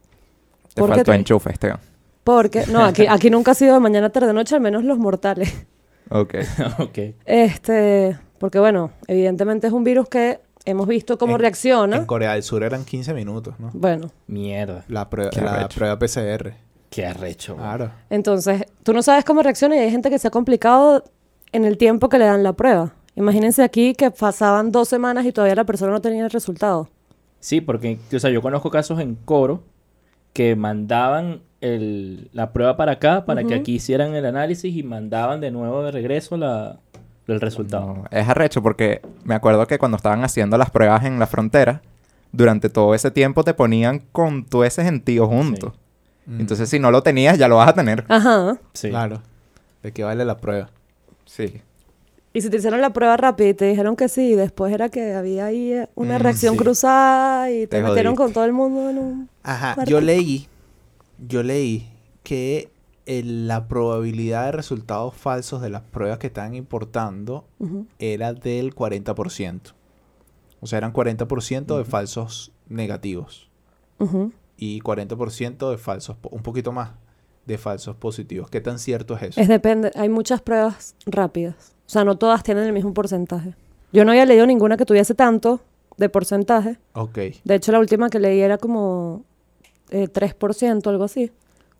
[SPEAKER 2] Te
[SPEAKER 4] ¿por qué
[SPEAKER 2] faltó
[SPEAKER 4] te-
[SPEAKER 2] enchufe, Esteban.
[SPEAKER 4] porque, no, aquí, aquí nunca ha sido de mañana a tarde noche, al menos los mortales.
[SPEAKER 2] Ok.
[SPEAKER 3] ok.
[SPEAKER 4] Este, porque bueno, evidentemente es un virus que hemos visto cómo
[SPEAKER 1] En-
[SPEAKER 4] reacciona.
[SPEAKER 1] En Corea del Sur eran 15 minutos, ¿no?
[SPEAKER 4] bueno,
[SPEAKER 3] Mierda.
[SPEAKER 1] La, prue-
[SPEAKER 2] Qué
[SPEAKER 1] la
[SPEAKER 2] arrecho.
[SPEAKER 1] prueba PCR.
[SPEAKER 3] Qué arrecho. güey.
[SPEAKER 1] Claro.
[SPEAKER 4] Entonces, tú no sabes cómo reacciona y hay gente que se ha complicado en el tiempo que le dan la prueba. Imagínense aquí que pasaban dos semanas y todavía la persona no tenía el resultado.
[SPEAKER 3] Sí, porque o sea, yo conozco casos en coro que mandaban el- la prueba para acá, para que aquí hicieran el análisis y mandaban de nuevo de regreso la, del resultado.
[SPEAKER 2] No, es arrecho porque me acuerdo que cuando estaban haciendo las pruebas en la frontera, durante todo ese tiempo te ponían con todo ese gentío junto.
[SPEAKER 1] Mm,
[SPEAKER 2] Entonces, si no lo tenías, ya lo vas a tener.
[SPEAKER 4] Ajá.
[SPEAKER 3] Sí.
[SPEAKER 1] Claro. ¿De qué vale la prueba?
[SPEAKER 2] Sí.
[SPEAKER 4] Y si te hicieron la prueba rápida y te dijeron que sí, después era que había ahí eh, una
[SPEAKER 2] Mm,
[SPEAKER 4] reacción
[SPEAKER 2] sí.
[SPEAKER 4] cruzada y te,
[SPEAKER 2] Te jodiste.
[SPEAKER 4] metieron con todo el mundo en un...
[SPEAKER 1] Ajá,
[SPEAKER 4] Fuerte.
[SPEAKER 1] yo leí, yo leí que el- la probabilidad de resultados falsos de las pruebas que estaban importando
[SPEAKER 4] Ujú.
[SPEAKER 1] era del 40%. O sea, eran 40% de falsos negativos
[SPEAKER 4] Ujú.
[SPEAKER 1] y 40% de falsos, po- un poquito más, de falsos positivos. ¿Qué tan cierto es eso?
[SPEAKER 4] Es depende, hay muchas pruebas rápidas. O sea, no todas tienen el mismo porcentaje. Yo no había leído ninguna que tuviese tanto de porcentaje.
[SPEAKER 1] Ok.
[SPEAKER 4] De hecho, la última que leí era como eh, 3%, algo así.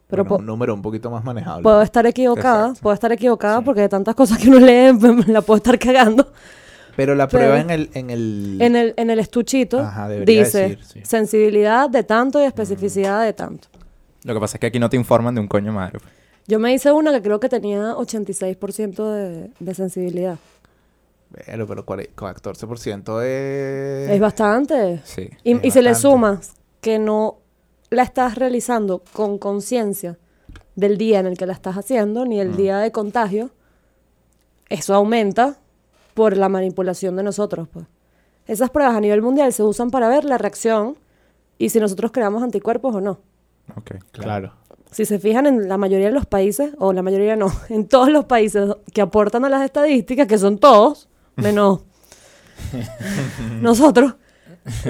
[SPEAKER 4] Pero
[SPEAKER 1] Bueno,
[SPEAKER 4] po-
[SPEAKER 1] un número un poquito más manejable.
[SPEAKER 4] puedo estar equivocada,
[SPEAKER 2] Exacto.
[SPEAKER 4] puedo estar equivocada porque de tantas cosas que uno lee, pues, la puedo estar cagando.
[SPEAKER 1] Pero la
[SPEAKER 4] Pero-
[SPEAKER 1] prueba en el... En el...
[SPEAKER 4] En el, en el estuchito
[SPEAKER 1] Ajá, debería
[SPEAKER 4] dice
[SPEAKER 1] decir,
[SPEAKER 3] sí.
[SPEAKER 4] sensibilidad de tanto y especificidad de tanto.
[SPEAKER 2] Lo que pasa es que aquí no te informan de un coño madre. pues.
[SPEAKER 4] Yo me hice una que creo que tenía 86% de, de sensibilidad.
[SPEAKER 1] Pero, pero cuare- 14% es...
[SPEAKER 4] es bastante.
[SPEAKER 2] Sí.
[SPEAKER 4] Y,
[SPEAKER 1] es
[SPEAKER 4] y se le
[SPEAKER 1] bastante.
[SPEAKER 4] sumas que no la estás realizando con conciencia del día en el que la estás haciendo, ni el
[SPEAKER 1] Mm.
[SPEAKER 4] día de contagio, eso aumenta por la manipulación de nosotros. Pues. Esas pruebas a nivel mundial se usan para ver la reacción y si nosotros creamos anticuerpos o no.
[SPEAKER 2] Ok.
[SPEAKER 1] Claro.
[SPEAKER 4] Si se fijan en la mayoría de los países, o la mayoría no, en todos los países que aportan a las estadísticas, que son todos, menos nosotros,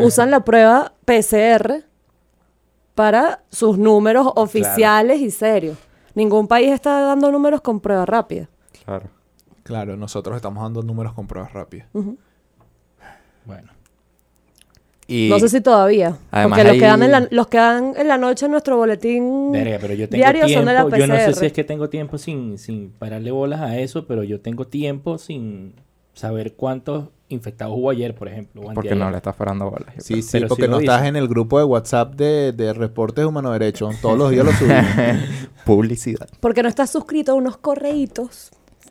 [SPEAKER 4] usan la prueba PCR para sus números oficiales y serios. Ningún país está dando números con prueba rápida.
[SPEAKER 2] Claro.
[SPEAKER 1] Claro, nosotros estamos dando números con pruebas rápidas.
[SPEAKER 3] Bueno.
[SPEAKER 2] Y
[SPEAKER 4] No sé si todavía.
[SPEAKER 2] Además,
[SPEAKER 4] porque los que,
[SPEAKER 2] ahí-
[SPEAKER 4] dan en la, los que dan en la noche en nuestro boletín
[SPEAKER 3] Verga, pero yo tengo
[SPEAKER 4] diario son
[SPEAKER 3] tiempo.
[SPEAKER 4] de la PCR.
[SPEAKER 3] yo no sé si es que tengo tiempo sin, sin pararle bolas a eso, pero yo tengo tiempo sin saber cuántos infectados hubo ayer, por ejemplo. o
[SPEAKER 2] porque
[SPEAKER 3] anteayer.
[SPEAKER 2] no le estás parando bolas.
[SPEAKER 1] Sí, sí,
[SPEAKER 3] Pero sí
[SPEAKER 1] porque
[SPEAKER 3] lo
[SPEAKER 1] no
[SPEAKER 3] dice.
[SPEAKER 1] estás en el grupo de WhatsApp de, de reportes de humano derecho. Todos los días lo subimos.
[SPEAKER 2] Publicidad.
[SPEAKER 4] Porque no estás suscrito a unos correitos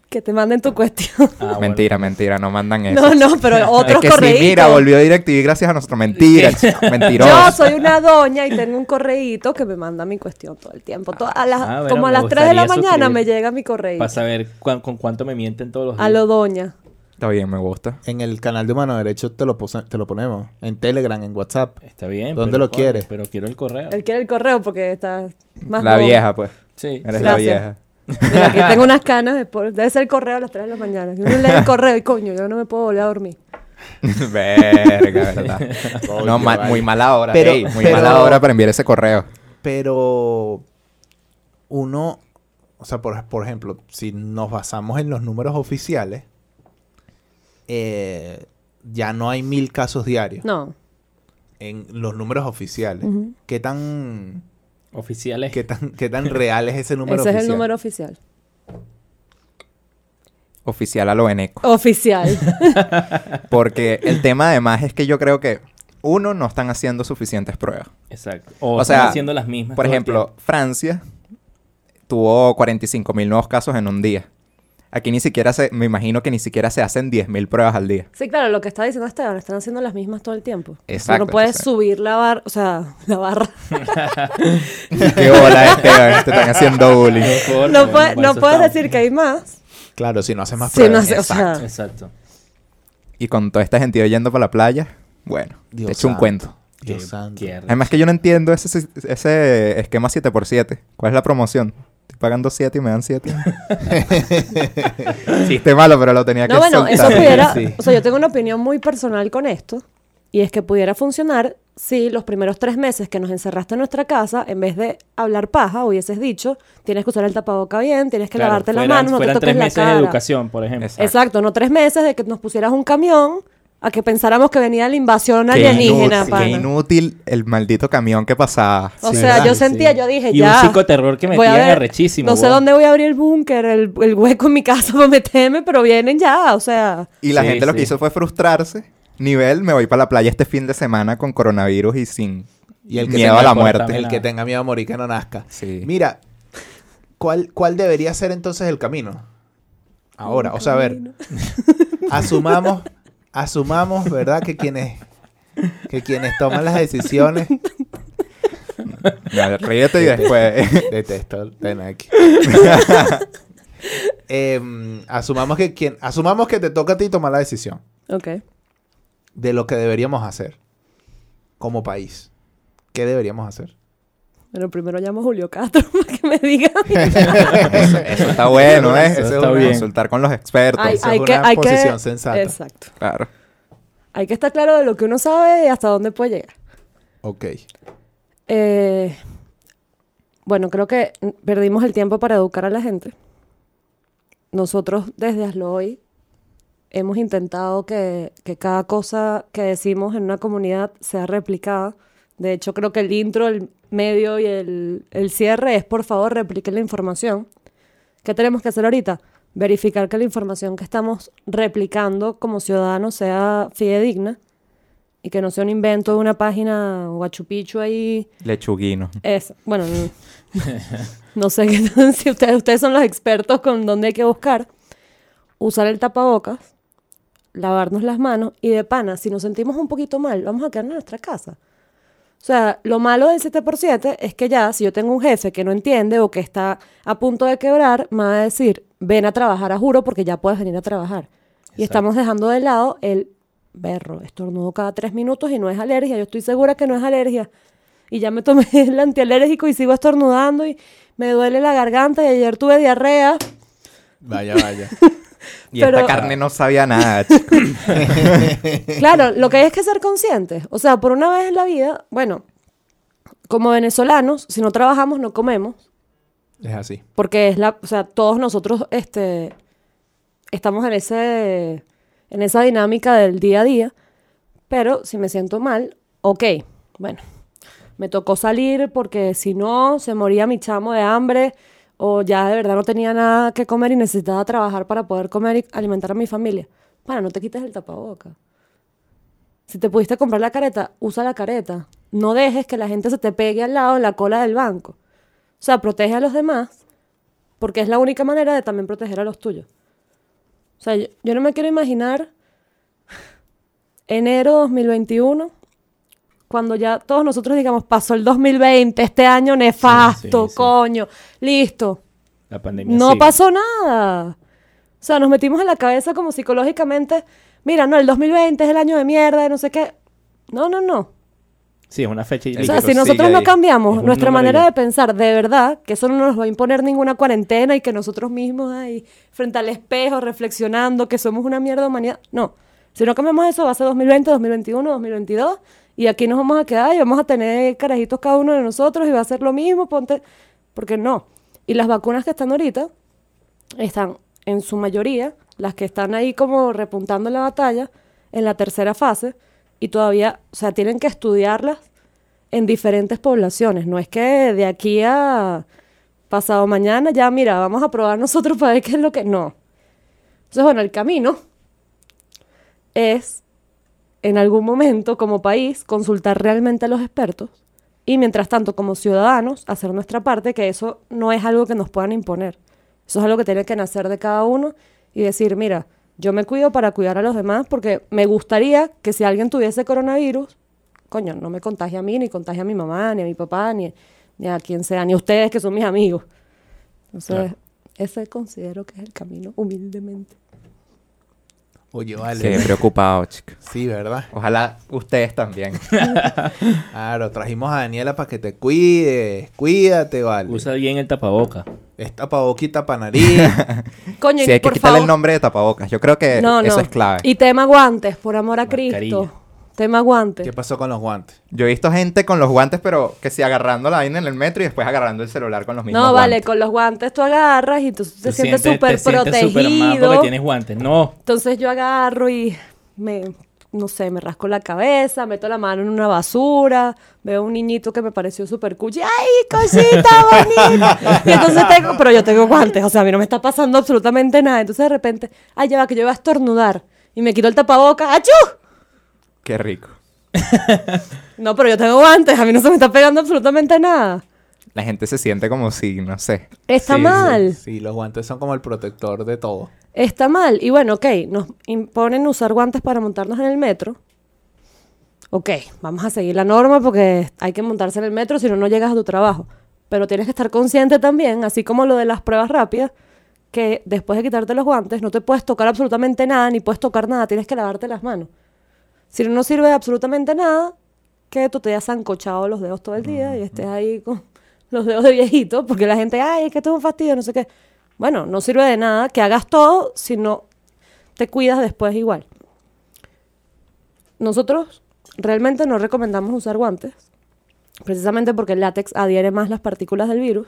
[SPEAKER 4] que te manden tu cuestión.
[SPEAKER 3] Ah, bueno.
[SPEAKER 2] mentira, mentira, no mandan eso.
[SPEAKER 4] No, no, pero otros
[SPEAKER 2] es que
[SPEAKER 4] correitos.
[SPEAKER 2] sí, mira, volvió DirecTV gracias a nuestro mentira, chico, mentiroso.
[SPEAKER 4] Yo soy una doña y tengo un correíto que me manda mi cuestión todo el tiempo. Toda- a las-
[SPEAKER 3] Ah, bueno,
[SPEAKER 4] como a
[SPEAKER 3] me
[SPEAKER 4] las 3 de la
[SPEAKER 3] gustaría
[SPEAKER 4] mañana me
[SPEAKER 3] suscribir.
[SPEAKER 4] llega mi correíto.
[SPEAKER 3] Para saber cuán- con cuánto me mienten todos los días.
[SPEAKER 4] A lo doña.
[SPEAKER 2] Está bien, me gusta.
[SPEAKER 1] en el canal de humano derecho te lo, pose- te lo ponemos. En Telegram, en WhatsApp.
[SPEAKER 3] Está bien.
[SPEAKER 1] ¿Dónde
[SPEAKER 3] pero,
[SPEAKER 1] lo
[SPEAKER 3] coño,
[SPEAKER 1] quieres?
[SPEAKER 3] Pero quiero el correo.
[SPEAKER 4] Él quiere el correo porque está más
[SPEAKER 2] la
[SPEAKER 4] joven.
[SPEAKER 2] vieja, pues.
[SPEAKER 3] Sí.
[SPEAKER 2] Eres
[SPEAKER 4] Gracias.
[SPEAKER 2] la vieja.
[SPEAKER 4] Mira, aquí tengo unas canas. es por- Debe ser el correo a las 3 de la mañana. Yo no leo el correo y coño, yo no me puedo volver a dormir.
[SPEAKER 2] Verga, verdad.
[SPEAKER 1] Coño,
[SPEAKER 2] no, ma-
[SPEAKER 1] vale.
[SPEAKER 2] muy mala hora.
[SPEAKER 1] Pero-
[SPEAKER 2] ey, muy
[SPEAKER 1] pero-
[SPEAKER 2] mala hora para enviar ese correo.
[SPEAKER 1] Pero uno, o sea, por, por ejemplo, si nos basamos en los números oficiales, eh, ya no hay mil casos diarios.
[SPEAKER 4] No.
[SPEAKER 1] En los números oficiales.
[SPEAKER 4] Ujú.
[SPEAKER 1] ¿Qué tan...
[SPEAKER 3] Oficiales.
[SPEAKER 1] ¿Qué tan, ¿Qué tan real es ese número
[SPEAKER 4] Ese
[SPEAKER 1] oficial?
[SPEAKER 4] es el número oficial.
[SPEAKER 2] Oficial a lo Eneco.
[SPEAKER 4] Oficial.
[SPEAKER 2] Porque el tema además es que yo creo que, uno, no están haciendo suficientes pruebas.
[SPEAKER 3] Exacto. O,
[SPEAKER 2] O
[SPEAKER 3] están
[SPEAKER 2] sea,
[SPEAKER 3] haciendo las mismas.
[SPEAKER 2] Por
[SPEAKER 3] todo el
[SPEAKER 2] ejemplo, Francia tuvo 45 mil nuevos casos en un día. Aquí ni siquiera se, me imagino que ni siquiera se hacen 10 mil pruebas al día.
[SPEAKER 4] Sí, claro, lo que está diciendo Esteban, están haciendo las mismas todo el tiempo.
[SPEAKER 2] Exacto,
[SPEAKER 4] No puedes
[SPEAKER 2] sí.
[SPEAKER 4] subir la barra, o sea, la barra.
[SPEAKER 2] ¡Qué bola, Esteban! Te este están haciendo bullying.
[SPEAKER 3] tiempo. eh, Por-
[SPEAKER 4] No,
[SPEAKER 3] bueno,
[SPEAKER 4] puede-
[SPEAKER 3] para
[SPEAKER 4] no
[SPEAKER 3] eso
[SPEAKER 4] puedes
[SPEAKER 3] estamos.
[SPEAKER 4] decir que hay más.
[SPEAKER 1] Claro, si no haces más
[SPEAKER 4] Sí,
[SPEAKER 1] pruebas.
[SPEAKER 4] no sé, o sea,
[SPEAKER 3] Exacto.
[SPEAKER 2] Y con toda esta gente yendo para la playa, bueno,
[SPEAKER 1] Dios
[SPEAKER 2] te echo un
[SPEAKER 1] santo.
[SPEAKER 2] cuento.
[SPEAKER 1] Dios
[SPEAKER 3] Qué-
[SPEAKER 1] santo.
[SPEAKER 3] qué arrecho.
[SPEAKER 2] Además que yo no entiendo ese, ese esquema 7x7. ¿Cuál es la promoción? Estoy pagando 7 y me dan 7. Chiste malo, pero lo tenía que
[SPEAKER 4] No, bueno, eso
[SPEAKER 2] soltar.
[SPEAKER 4] pudiera,
[SPEAKER 1] Sí.
[SPEAKER 4] o sea, yo tengo una opinión muy personal con esto, y es que pudiera funcionar si los primeros tres meses que nos encerraste en nuestra casa, en vez de hablar paja, hubieses dicho, tienes que usar el tapaboca bien, tienes que
[SPEAKER 3] Claro,
[SPEAKER 4] lavarte las
[SPEAKER 3] fueran-
[SPEAKER 4] manos, no te
[SPEAKER 3] fueran
[SPEAKER 4] toques
[SPEAKER 3] tres
[SPEAKER 4] la
[SPEAKER 3] meses
[SPEAKER 4] cara.
[SPEAKER 3] de educación, por ejemplo.
[SPEAKER 2] Exacto.
[SPEAKER 4] Exacto, no tres meses de que nos pusieras un camión a que pensáramos que venía la invasión
[SPEAKER 2] Qué
[SPEAKER 4] alienígena,
[SPEAKER 2] inútil,
[SPEAKER 4] pana.
[SPEAKER 2] qué inútil el maldito camión que pasaba.
[SPEAKER 4] O
[SPEAKER 1] Sí,
[SPEAKER 4] sea,
[SPEAKER 1] ¿verdad?
[SPEAKER 4] yo
[SPEAKER 1] Sí,
[SPEAKER 4] sentía, yo dije,
[SPEAKER 3] Y
[SPEAKER 4] ya.
[SPEAKER 3] un psicoterror que
[SPEAKER 4] voy a
[SPEAKER 3] metían
[SPEAKER 4] ver-
[SPEAKER 3] arrechísimo.
[SPEAKER 4] No sé
[SPEAKER 3] weón.
[SPEAKER 4] dónde voy a abrir el búnker, el, el hueco en mi casa para meterme, pero vienen ya, o sea.
[SPEAKER 2] Y la
[SPEAKER 3] Sí,
[SPEAKER 2] gente lo que
[SPEAKER 3] sí.
[SPEAKER 2] hizo fue frustrarse. Nivel, me voy para la playa este fin de semana con coronavirus y sin
[SPEAKER 1] Y el que
[SPEAKER 2] miedo
[SPEAKER 1] tenga
[SPEAKER 2] a la
[SPEAKER 1] por-
[SPEAKER 2] muerte.
[SPEAKER 1] El que tenga miedo a morir que no nazca.
[SPEAKER 2] Sí.
[SPEAKER 1] Mira, ¿cuál, ¿cuál debería ser entonces el camino? Ahora, o sea, a ver, asumamos, asumamos, ¿verdad? Que quienes, que quienes toman las decisiones,
[SPEAKER 2] Ya, Ríete y después.
[SPEAKER 1] detesto tener aquí. Em, asumamos que quien, asumamos que te toca a ti tomar la decisión
[SPEAKER 4] Ok.
[SPEAKER 1] de lo que deberíamos hacer como país. ¿Qué deberíamos hacer?
[SPEAKER 4] Pero primero llamo a Julio Castro para que me diga.
[SPEAKER 2] eso, eso está bueno, ¿eh?
[SPEAKER 1] Eso
[SPEAKER 2] Eso
[SPEAKER 3] está
[SPEAKER 2] es
[SPEAKER 3] bien.
[SPEAKER 2] Consultar con los expertos.
[SPEAKER 4] Hay,
[SPEAKER 1] es
[SPEAKER 4] hay
[SPEAKER 1] una
[SPEAKER 4] que, hay que-
[SPEAKER 1] posición sensata.
[SPEAKER 4] Exacto.
[SPEAKER 2] Claro.
[SPEAKER 4] Hay que estar claro de lo que uno sabe y hasta dónde puede llegar.
[SPEAKER 1] Ok.
[SPEAKER 4] Eh, bueno, creo que perdimos el tiempo para educar a la gente. Nosotros desde Hazlo Hoy hemos intentado que, que cada cosa que decimos en una comunidad sea replicada. De hecho, creo que el intro, el medio y el, el cierre es, por favor, repliquen la información. ¿Qué tenemos que hacer ahorita? Verificar que la información que estamos replicando como ciudadanos sea fidedigna y que no sea un invento de una página guachupicho ahí.
[SPEAKER 2] Lechuguino.
[SPEAKER 4] Es, bueno, no, no sé qué tan- si ustedes, ustedes son los expertos con dónde hay que buscar. Usar el tapabocas, lavarnos las manos y de pana, si nos sentimos un poquito mal, vamos a quedarnos en nuestra casa. O sea, lo malo del 7x7 es que ya, si yo tengo un jefe que no entiende o que está a punto de quebrar, me va a decir, ven a trabajar a juro porque ya puedes venir a trabajar. Y estamos dejando de lado el berro, estornudo cada tres minutos y no es alergia. Yo estoy segura que no es alergia. Y ya me tomé el antialérgico y sigo estornudando y me duele la garganta y ayer tuve diarrea.
[SPEAKER 1] Vaya, vaya.
[SPEAKER 2] Y
[SPEAKER 4] Pero-
[SPEAKER 2] esta carne no sabía nada, chico.
[SPEAKER 4] Claro, lo que hay es que ser conscientes. O sea, por una vez en la vida, bueno, como venezolanos, si no trabajamos, no comemos.
[SPEAKER 1] es así.
[SPEAKER 4] Porque es la, o sea, todos nosotros este, estamos en ese, en esa dinámica del día a día. Pero si me siento mal, ok, bueno, me tocó salir porque si no se moría mi chamo de hambre o ya de verdad no tenía nada que comer y necesitaba trabajar para poder comer y alimentar a mi familia. Para, no te quites el tapaboca. Si te pudiste comprar la careta, usa la careta. No dejes que la gente se te pegue al lado en la cola del banco. O sea, protege a los demás porque es la única manera de también proteger a los tuyos. O sea, yo, yo no me quiero imaginar enero 2021 cuando ya todos nosotros digamos, pasó el 2020, este año
[SPEAKER 3] Sí,
[SPEAKER 4] nefasto,
[SPEAKER 3] sí, sí.
[SPEAKER 4] coño, listo.
[SPEAKER 3] La pandemia
[SPEAKER 4] No
[SPEAKER 3] sigue.
[SPEAKER 4] pasó nada. O sea, nos metimos en la cabeza como psicológicamente, mira, no, el 2020 es el año de mierda, de no sé qué. No, no, no.
[SPEAKER 3] Sí, es una fecha y
[SPEAKER 2] O
[SPEAKER 4] O
[SPEAKER 2] El
[SPEAKER 4] sea,
[SPEAKER 2] virus
[SPEAKER 4] si nosotros
[SPEAKER 2] sigue
[SPEAKER 4] no
[SPEAKER 2] ahí.
[SPEAKER 3] Es
[SPEAKER 4] cambiamos
[SPEAKER 3] un
[SPEAKER 4] nuestra
[SPEAKER 3] número
[SPEAKER 4] manera
[SPEAKER 3] ya.
[SPEAKER 4] de pensar, de verdad, que eso no nos va a imponer ninguna cuarentena y que nosotros mismos ahí, frente al espejo, reflexionando, que somos una mierda de humanidad. No. Si no cambiamos eso, va a ser 2020, 2021, 2022, y aquí nos vamos a quedar y vamos a tener carajitos cada uno de nosotros y va a ser lo mismo, ponte. Porque no. Y las vacunas que están ahorita están, en su mayoría, las que están ahí como repuntando la batalla, en la tercera fase, y todavía, o sea, tienen que estudiarlas en diferentes poblaciones. No es que de aquí a pasado mañana ya, mira, vamos a probar nosotros para ver qué es lo que... No. Entonces, bueno, el camino es, en algún momento, como país, consultar realmente a los expertos y, mientras tanto, como ciudadanos, hacer nuestra parte, que eso no es algo que nos puedan imponer. Eso es algo que tiene que nacer de cada uno y decir, mira, yo me cuido para cuidar a los demás porque me gustaría que si alguien tuviese coronavirus, coño, no me contagie a mí, ni contagie a mi mamá, ni a mi papá, ni, ni a quien sea, ni a ustedes que son mis amigos. Entonces,
[SPEAKER 3] Claro.
[SPEAKER 4] ese considero que es el camino, humildemente.
[SPEAKER 1] Oye, vale.
[SPEAKER 2] Qué preocupado, chico.
[SPEAKER 1] Sí, ¿verdad?
[SPEAKER 2] Ojalá ustedes también.
[SPEAKER 1] Claro, trajimos a Daniela para que te cuides. Cuídate, vale.
[SPEAKER 3] Usa bien el tapaboca.
[SPEAKER 1] Esta pa' boquita, pa' nariz.
[SPEAKER 4] Coño,
[SPEAKER 2] Si
[SPEAKER 4] y
[SPEAKER 2] hay que
[SPEAKER 4] por
[SPEAKER 2] quitarle el
[SPEAKER 4] favor-
[SPEAKER 2] nombre de tapabocas. Yo creo que
[SPEAKER 4] No,
[SPEAKER 2] eso
[SPEAKER 4] no.
[SPEAKER 2] es clave.
[SPEAKER 4] Y tema guantes, por amor a Cristo.
[SPEAKER 3] Mascarilla.
[SPEAKER 4] Tema
[SPEAKER 1] ¿Qué
[SPEAKER 4] guantes.
[SPEAKER 1] pasó con los guantes?
[SPEAKER 2] Yo he visto gente con los guantes, pero que sí agarrando la vaina en el metro y después agarrando el celular con los mismos
[SPEAKER 4] No, vale,
[SPEAKER 2] guantes.
[SPEAKER 4] con los guantes tú agarras y tú te
[SPEAKER 3] Tú
[SPEAKER 4] sientes
[SPEAKER 3] te
[SPEAKER 4] súper
[SPEAKER 3] sientes súper mal
[SPEAKER 4] protegido.
[SPEAKER 3] porque tienes guantes. No.
[SPEAKER 4] Entonces yo agarro y me, no sé, me rasco la cabeza, meto la mano en una basura, veo un niñito que me pareció súper cuchi, ¡ay, cosita bonita! Y entonces tengo, pero yo tengo guantes, o sea, a mí no me está pasando absolutamente nada. Entonces de repente, ¡ay, ya va, que yo iba a estornudar! Y me quito el tapaboca, ¡achú!
[SPEAKER 2] Qué rico.
[SPEAKER 4] No, pero yo tengo guantes, a mí no se me está pegando absolutamente nada.
[SPEAKER 2] La gente se siente como si, no sé.
[SPEAKER 4] Está
[SPEAKER 3] Sí, sí,
[SPEAKER 4] mal.
[SPEAKER 1] Sí, los guantes son como el protector de todo.
[SPEAKER 4] Está mal. Y bueno, ok, nos imponen usar guantes para montarnos en el metro. Ok, vamos a seguir la norma porque hay que montarse en el metro, si no, no llegas a tu trabajo. Pero tienes que estar consciente también, así como lo de las pruebas rápidas, que después de quitarte los guantes no te puedes tocar absolutamente nada, ni puedes tocar nada, tienes que lavarte las manos. Si no, no sirve de absolutamente nada, que tú te hayas zancochado los dedos todo el día y estés ahí con los dedos de viejito, porque la gente, ay, es que esto es un fastidio, no sé qué. Bueno, no sirve de nada que hagas todo si no te cuidas después igual. Nosotros realmente no recomendamos usar guantes, precisamente porque el látex adhiere más las partículas del virus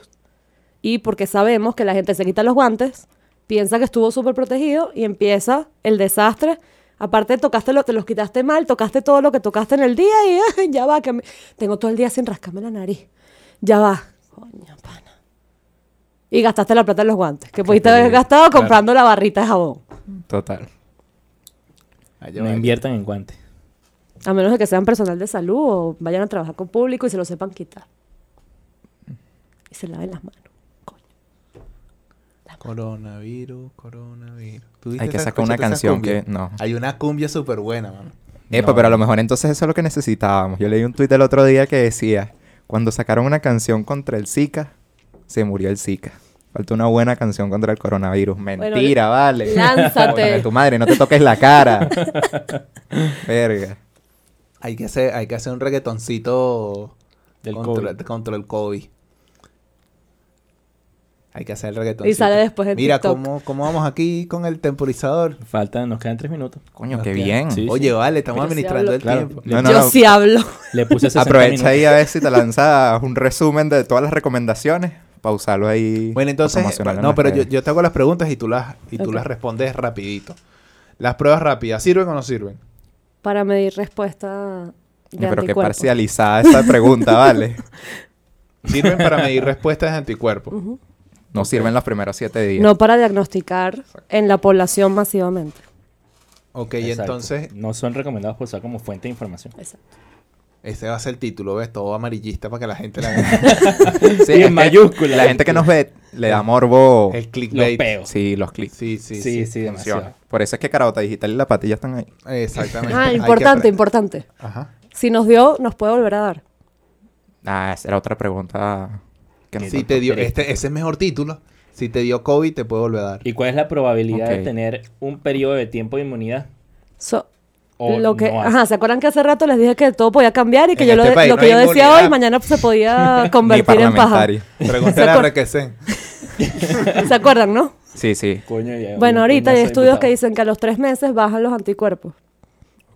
[SPEAKER 4] y porque sabemos que la gente se quita los guantes, piensa que estuvo súper protegido y empieza el desastre. Aparte, tocaste lo, te los quitaste mal, tocaste todo lo que tocaste en el día y ay, ya va, que me- tengo todo el día sin rascarme la nariz. Ya va. Coño, pana. Y gastaste la plata en los guantes, que pudiste haber
[SPEAKER 2] peligro,
[SPEAKER 4] gastado
[SPEAKER 2] claro.
[SPEAKER 4] comprando la barrita de jabón.
[SPEAKER 2] Total.
[SPEAKER 1] Allá
[SPEAKER 3] No
[SPEAKER 1] va.
[SPEAKER 3] inviertan en guantes.
[SPEAKER 4] A menos de que sean personal de salud o vayan a trabajar con público y se lo sepan quitar. Y se laven las manos. Coño.
[SPEAKER 1] Coronavirus, coronavirus. ¿Tú
[SPEAKER 2] Hay
[SPEAKER 1] viste
[SPEAKER 2] que
[SPEAKER 1] esa-
[SPEAKER 2] sacar una
[SPEAKER 1] escuchaste esa
[SPEAKER 2] canción
[SPEAKER 1] cumbia?
[SPEAKER 2] que. No.
[SPEAKER 1] Hay una cumbia súper buena, mano.
[SPEAKER 2] Epa, pero a lo mejor entonces eso es lo que necesitábamos. Yo leí un tuit el otro día que decía: Cuando sacaron una canción contra el Zika, se murió el Zika. Falta una buena canción contra el coronavirus. Mentira, vale.
[SPEAKER 4] lánzate.
[SPEAKER 2] Coño de tu madre, no te toques la cara. Verga.
[SPEAKER 1] Hay que hacer, hay que hacer un reggaetoncito
[SPEAKER 3] Del
[SPEAKER 1] contra,
[SPEAKER 3] COVID.
[SPEAKER 1] contra el COVID. Hay que hacer el reggaetoncito.
[SPEAKER 4] sale después en
[SPEAKER 1] Mira
[SPEAKER 4] TikTok.
[SPEAKER 1] cómo, cómo vamos aquí con el temporizador.
[SPEAKER 3] Faltan, nos quedan tres minutos.
[SPEAKER 2] Coño,
[SPEAKER 1] Ok.
[SPEAKER 2] qué bien.
[SPEAKER 3] Sí.
[SPEAKER 1] Oye, vale, estamos
[SPEAKER 4] Pero si
[SPEAKER 1] administrando
[SPEAKER 4] hablo-
[SPEAKER 1] el
[SPEAKER 3] Claro.
[SPEAKER 1] tiempo.
[SPEAKER 2] No, no,
[SPEAKER 4] Yo
[SPEAKER 2] no.
[SPEAKER 4] sí hablo.
[SPEAKER 3] Le puse 60
[SPEAKER 2] Aprovecha ahí
[SPEAKER 3] minutos.
[SPEAKER 2] a ver si te lanzas un resumen de todas las recomendaciones. Pausarlo ahí.
[SPEAKER 1] Bueno, entonces,
[SPEAKER 2] promocionarlo en
[SPEAKER 1] no,
[SPEAKER 2] las
[SPEAKER 1] pero yo,
[SPEAKER 2] redes.
[SPEAKER 1] yo te hago las preguntas y tú las y tú
[SPEAKER 4] Ok.
[SPEAKER 1] las respondes rapidito. Las pruebas rápidas, ¿sirven o no sirven?
[SPEAKER 4] Para medir respuesta de
[SPEAKER 2] Pero qué
[SPEAKER 4] anticuerpos.
[SPEAKER 2] parcializada esa pregunta, vale.
[SPEAKER 1] Sirven para medir respuestas de anticuerpos.
[SPEAKER 2] No sirven los primeros siete días.
[SPEAKER 4] No para diagnosticar en la población masivamente.
[SPEAKER 1] Ok,
[SPEAKER 3] Exacto.
[SPEAKER 1] entonces,
[SPEAKER 3] No son recomendados por usar como fuente de información.
[SPEAKER 4] Exacto.
[SPEAKER 1] ese este va a ser el título, ¿ves? Todo amarillista para que la gente la vea.
[SPEAKER 2] Sí,
[SPEAKER 3] Y en
[SPEAKER 2] es que
[SPEAKER 3] mayúscula.
[SPEAKER 2] La gente que nos ve le da morbo.
[SPEAKER 1] El
[SPEAKER 3] Los
[SPEAKER 1] clickbait.
[SPEAKER 3] peos.
[SPEAKER 2] Sí, los clics.
[SPEAKER 1] Sí, sí,
[SPEAKER 3] sí,
[SPEAKER 1] sí.
[SPEAKER 3] sí,
[SPEAKER 2] Funciona.
[SPEAKER 3] demasiado.
[SPEAKER 2] Por eso es que Carabota Digital y La Patilla están ahí.
[SPEAKER 1] Exactamente.
[SPEAKER 4] Ah,
[SPEAKER 1] Hay que
[SPEAKER 4] importante,
[SPEAKER 1] aprender.
[SPEAKER 4] importante.
[SPEAKER 1] Ajá.
[SPEAKER 4] Si nos dio, nos puede volver a dar.
[SPEAKER 2] Ah, esa era otra pregunta que no
[SPEAKER 1] Si te dio, este, ese es mejor título. Si te dio COVID, te puede volver a dar.
[SPEAKER 3] ¿Y cuál es la probabilidad
[SPEAKER 2] Ok.
[SPEAKER 3] de tener un periodo de tiempo de inmunidad?
[SPEAKER 4] So-
[SPEAKER 3] O
[SPEAKER 4] lo que,
[SPEAKER 3] no hay?
[SPEAKER 4] ajá, ¿se acuerdan que hace rato les dije que todo podía cambiar y que
[SPEAKER 1] En
[SPEAKER 4] yo lo,
[SPEAKER 1] este
[SPEAKER 4] de-
[SPEAKER 1] país
[SPEAKER 4] lo
[SPEAKER 1] no
[SPEAKER 4] que
[SPEAKER 1] hay
[SPEAKER 4] yo decía
[SPEAKER 1] inmunidad.
[SPEAKER 4] hoy mañana se podía convertir en paja?
[SPEAKER 2] parlamentario.
[SPEAKER 1] Pregúntale a Requesén.
[SPEAKER 4] ¿Se acuerdan, no?
[SPEAKER 2] Sí, sí.
[SPEAKER 3] Coño, ya-
[SPEAKER 4] Bueno,
[SPEAKER 3] ya-
[SPEAKER 4] ahorita
[SPEAKER 3] ya
[SPEAKER 4] hay
[SPEAKER 3] soy
[SPEAKER 4] estudios que
[SPEAKER 3] diputado.
[SPEAKER 4] dicen que a los tres meses bajan los anticuerpos,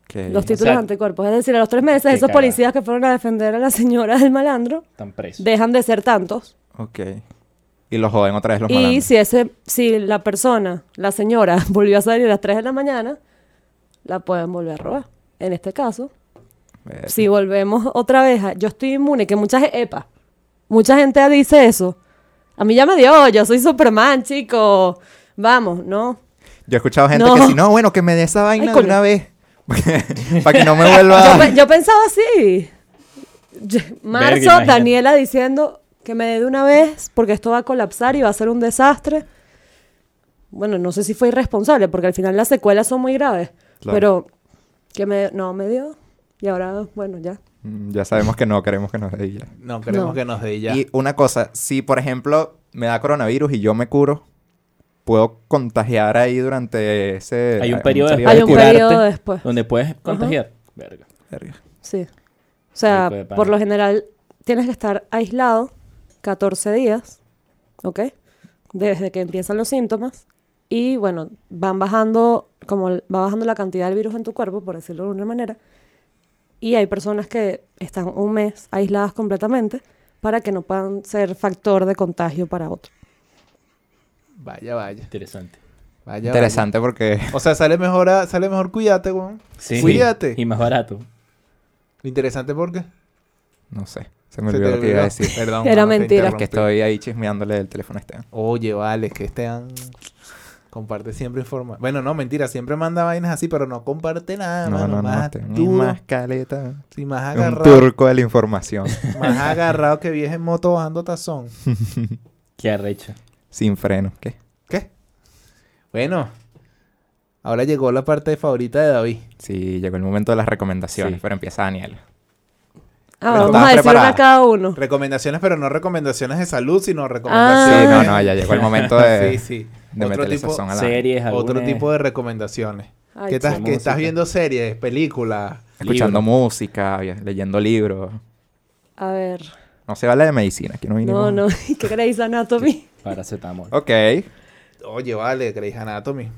[SPEAKER 2] Ok.
[SPEAKER 4] los títulos
[SPEAKER 3] sea,
[SPEAKER 4] de anticuerpos. Es decir, a los tres meses
[SPEAKER 3] qué
[SPEAKER 4] esos
[SPEAKER 3] cagada.
[SPEAKER 4] policías que fueron a defender a la señora del malandro
[SPEAKER 3] Están presos.
[SPEAKER 4] dejan de ser tantos.
[SPEAKER 2] Ok. Y los joden otra vez los
[SPEAKER 4] Y
[SPEAKER 2] malandros.
[SPEAKER 4] si, ese, si la persona, la señora, volvió a salir a las 3 de la mañana, la pueden volver a robar. En este caso,
[SPEAKER 2] Ver-
[SPEAKER 4] si volvemos otra vez a yo estoy inmune, que mucha gente, epa, mucha gente dice eso. A mí ya me dio, yo soy Superman, chico. Vamos, ¿no?
[SPEAKER 2] Yo he escuchado gente que
[SPEAKER 4] No.
[SPEAKER 2] si no, bueno, que me dé esa vaina de
[SPEAKER 4] coño.
[SPEAKER 2] una vez. Para que no me vuelva
[SPEAKER 4] Yo,
[SPEAKER 2] a...
[SPEAKER 4] pe- yo pensaba así. Yo- marzo,
[SPEAKER 3] imagínate.
[SPEAKER 4] Daniela diciendo que me dé de una vez porque esto va a colapsar y va a ser un desastre. Bueno, no sé si fue irresponsable porque al final las secuelas son muy graves.
[SPEAKER 2] Claro.
[SPEAKER 4] Pero que me, no me dio. Y ahora, bueno, ya.
[SPEAKER 2] Mm, Ya sabemos que no, queremos que nos dé y ya.
[SPEAKER 1] No, queremos
[SPEAKER 4] No.
[SPEAKER 1] que nos dé ya.
[SPEAKER 2] Y una cosa, si por ejemplo me da coronavirus y yo me curo, puedo contagiar ahí durante ese...
[SPEAKER 3] Hay un periodo después.
[SPEAKER 4] Hay
[SPEAKER 3] de
[SPEAKER 4] un
[SPEAKER 3] curarte
[SPEAKER 4] periodo después.
[SPEAKER 3] Donde puedes contagiar. Verga.
[SPEAKER 2] Verga.
[SPEAKER 4] Sí. O sea,
[SPEAKER 3] Rico de pana.
[SPEAKER 4] por lo general tienes que estar aislado 14 días, ¿ok? Desde que empiezan los síntomas. Y bueno, van bajando, como l- va bajando la cantidad del virus en tu cuerpo, por decirlo de una manera. Y hay personas que están un mes aisladas completamente para que no puedan ser factor de contagio para otro.
[SPEAKER 1] Vaya, vaya.
[SPEAKER 3] Interesante.
[SPEAKER 1] Vaya,
[SPEAKER 2] Interesante porque...
[SPEAKER 1] vaya. O sea, sale mejor, a- sale mejor cuídate, weón. Cuídate.
[SPEAKER 3] Y más barato.
[SPEAKER 1] Interesante porque.
[SPEAKER 2] No sé, se me olvidó lo que iba a decir.
[SPEAKER 1] Perdón.
[SPEAKER 4] Era
[SPEAKER 1] mano, te
[SPEAKER 4] mentira.
[SPEAKER 1] interrumpí.
[SPEAKER 2] Que estoy ahí chismeándole el teléfono a este. Esteban.
[SPEAKER 1] Oye, vale, es que Esteban comparte siempre información. Bueno, no, mentira, siempre manda vainas así, pero no comparte nada,
[SPEAKER 2] no,
[SPEAKER 1] mano.
[SPEAKER 2] no, no,
[SPEAKER 1] más
[SPEAKER 2] Esteban, ni
[SPEAKER 1] duro,
[SPEAKER 2] más caleta.
[SPEAKER 1] sí, más
[SPEAKER 2] Un
[SPEAKER 1] agarrado,
[SPEAKER 2] turco de la información.
[SPEAKER 1] más agarrado que vieja en moto bajando tazón.
[SPEAKER 3] Qué arrecho.
[SPEAKER 2] Sin freno. ¿Qué?
[SPEAKER 1] ¿Qué? Bueno, ahora llegó la parte favorita de David.
[SPEAKER 2] Sí, llegó el momento de las recomendaciones,
[SPEAKER 3] Sí.
[SPEAKER 2] pero empieza Daniel. Pero
[SPEAKER 4] Ah, vamos
[SPEAKER 2] estaba
[SPEAKER 4] a decir una
[SPEAKER 2] preparada.
[SPEAKER 4] a cada uno.
[SPEAKER 1] Recomendaciones, pero no recomendaciones de salud,
[SPEAKER 4] Ah.
[SPEAKER 1] sino
[SPEAKER 2] Sí,
[SPEAKER 1] recomendaciones.
[SPEAKER 2] no, no, ya llegó el momento de,
[SPEAKER 1] Ah. Sí, sí.
[SPEAKER 2] de
[SPEAKER 1] Otro
[SPEAKER 2] meterle
[SPEAKER 1] tipo,
[SPEAKER 2] sazón a la...
[SPEAKER 3] Series,
[SPEAKER 1] otro
[SPEAKER 3] algunas-
[SPEAKER 1] tipo de recomendaciones.
[SPEAKER 4] Ay,
[SPEAKER 1] ¿Qué estás,
[SPEAKER 3] chamo.
[SPEAKER 1] que estás viendo series, películas?
[SPEAKER 2] Escuchando música, vi- leyendo libros.
[SPEAKER 4] A ver.
[SPEAKER 2] No se vale de medicina, aquí no
[SPEAKER 4] No,
[SPEAKER 2] vinimos.
[SPEAKER 4] no. ¿Qué creéis, Anatomy?
[SPEAKER 3] Paracetamol.
[SPEAKER 2] Ok.
[SPEAKER 1] Oye, vale, Grey's Anatomy.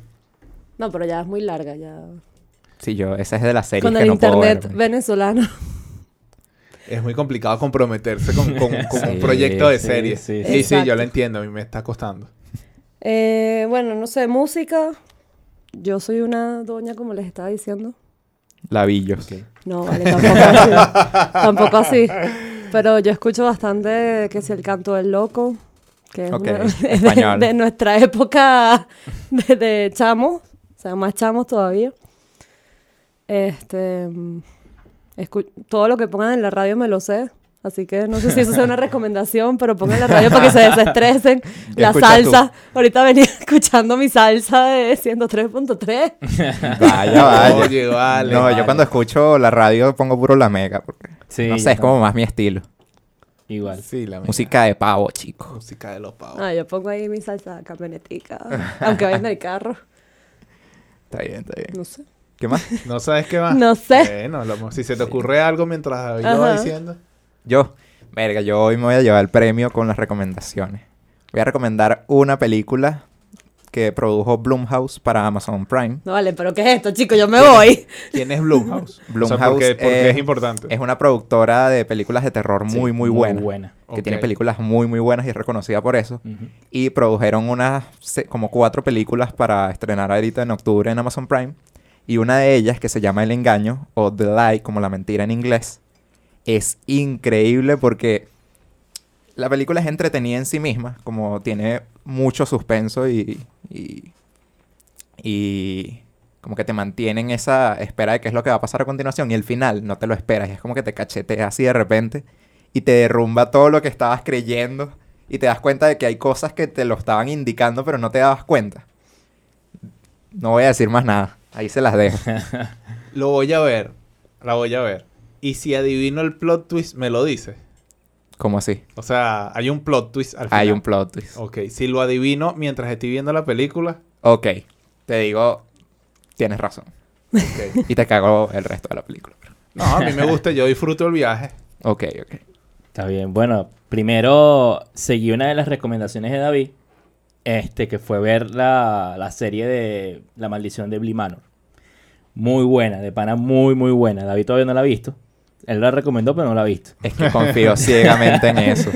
[SPEAKER 4] No, pero ya es muy larga. ya.
[SPEAKER 2] Sí, yo, esa es de las series
[SPEAKER 4] Con
[SPEAKER 2] que
[SPEAKER 4] el
[SPEAKER 2] no puedo ver.
[SPEAKER 4] internet venezolano.
[SPEAKER 1] Es muy complicado comprometerse con, con- con
[SPEAKER 2] Sí,
[SPEAKER 1] un proyecto de
[SPEAKER 3] sí,
[SPEAKER 1] serie. Sí,
[SPEAKER 3] sí,
[SPEAKER 1] sí,
[SPEAKER 4] sí.
[SPEAKER 1] yo lo
[SPEAKER 4] Exacto.
[SPEAKER 1] entiendo, a mí me está costando.
[SPEAKER 4] Eh, bueno, no sé, música. Yo soy una doña, como les estaba diciendo.
[SPEAKER 2] Lavillos.
[SPEAKER 4] No, vale, tampoco así. tampoco así. Pero yo escucho bastante que si el canto del loco, que es,
[SPEAKER 2] Ok,
[SPEAKER 4] una- es
[SPEAKER 2] español.
[SPEAKER 4] de, de nuestra época de, de chamos, o sea, más chamos todavía. Este, mm, escu- todo lo que pongan en la radio me lo sé. Así que no sé si eso sea una recomendación, pero pongan la radio para que se desestresen.
[SPEAKER 2] ¿Qué
[SPEAKER 4] La
[SPEAKER 2] escuchas tú?
[SPEAKER 4] salsa. Ahorita venía escuchando mi salsa de 103.3.
[SPEAKER 2] Vaya, vaya.
[SPEAKER 1] Oye, vale.
[SPEAKER 2] no,
[SPEAKER 1] vale.
[SPEAKER 2] yo cuando escucho la radio pongo puro la mega. Porque,
[SPEAKER 3] Sí,
[SPEAKER 2] no
[SPEAKER 3] yo
[SPEAKER 2] sé, es como más mi estilo.
[SPEAKER 3] Igual.
[SPEAKER 1] Sí, la
[SPEAKER 2] Música de pavo, chico.
[SPEAKER 1] Música de los pavos.
[SPEAKER 4] Ah, yo pongo ahí mi salsa camionetica, aunque vaya en el carro,
[SPEAKER 2] Está bien, está bien.
[SPEAKER 4] no sé.
[SPEAKER 2] ¿Qué más?
[SPEAKER 1] ¿No sabes qué más?
[SPEAKER 4] No sé.
[SPEAKER 1] Bueno, lo- si se te ocurre algo mientras David lo va
[SPEAKER 4] Ajá.
[SPEAKER 1] diciendo.
[SPEAKER 2] Yo, verga, yo hoy me voy a llevar el premio con las recomendaciones. Voy a recomendar una película que produjo Blumhouse para Amazon Prime.
[SPEAKER 4] No vale, pero ¿qué es esto, chicos? Yo me voy.
[SPEAKER 1] ¿Quién es Blumhouse?
[SPEAKER 2] Blumhouse
[SPEAKER 1] O sea, ¿por qué, por qué
[SPEAKER 2] es-
[SPEAKER 1] es importante?
[SPEAKER 2] Es una productora de películas de terror
[SPEAKER 3] Sí,
[SPEAKER 2] muy, muy buena. Que
[SPEAKER 1] Ok.
[SPEAKER 2] tiene películas muy, muy buenas y es reconocida por eso.
[SPEAKER 3] Ujú.
[SPEAKER 2] Y produjeron unas se- como cuatro películas para estrenar ahorita en octubre en Amazon Prime. Y una de ellas, que se llama El Engaño o The Lie, como la mentira en inglés, es increíble porque la película es entretenida en sí misma, como tiene mucho suspenso y, y, y como que te mantienen esa espera de qué es lo que va a pasar a continuación y el final no te lo esperas, y es como que te cachetea así de repente y te derrumba todo lo que estabas creyendo y te das cuenta de que hay cosas que te lo estaban indicando pero no te dabas cuenta. No voy a decir más nada, ahí se las dejo.
[SPEAKER 1] Lo voy a ver. La voy a ver. Y si adivino el plot twist, me lo dice.
[SPEAKER 2] ¿Cómo así?
[SPEAKER 1] O sea, hay un plot twist al final.
[SPEAKER 2] Hay un plot twist.
[SPEAKER 1] Ok, si lo adivino mientras estoy viendo la película,
[SPEAKER 2] Ok, te digo, tienes razón.
[SPEAKER 1] ok.
[SPEAKER 2] Y te cago el resto de la película. pero-
[SPEAKER 1] No, a mí me gusta, yo disfruto el viaje.
[SPEAKER 2] Ok, ok.
[SPEAKER 3] Está bien. Bueno, primero seguí una de las recomendaciones de David, este, que fue ver la, la serie de La Maldición de Bly Manor. Muy buena, de pana muy, muy buena. David todavía no la ha visto. Él la recomendó, pero no la ha visto.
[SPEAKER 2] Es que confío ciegamente en eso.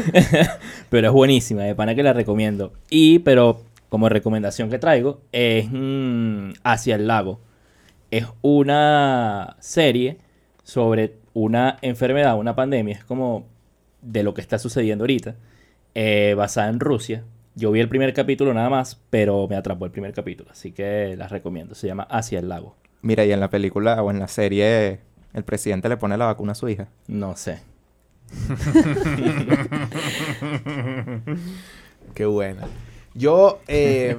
[SPEAKER 3] Pero es buenísima, de pana que la recomiendo. Y, pero como recomendación que traigo, es mm, Hacia el Lago. Es una serie sobre una enfermedad, una pandemia. Es como de lo que está sucediendo ahorita, eh, basada en Rusia. Yo vi el primer capítulo nada más, pero me atrapó el primer capítulo. Así que las recomiendo. Se llama Hacia el Lago.
[SPEAKER 2] Mira, y en la película o en la serie, el presidente le pone la vacuna a su hija.
[SPEAKER 3] No sé.
[SPEAKER 1] Qué buena. Yo eh,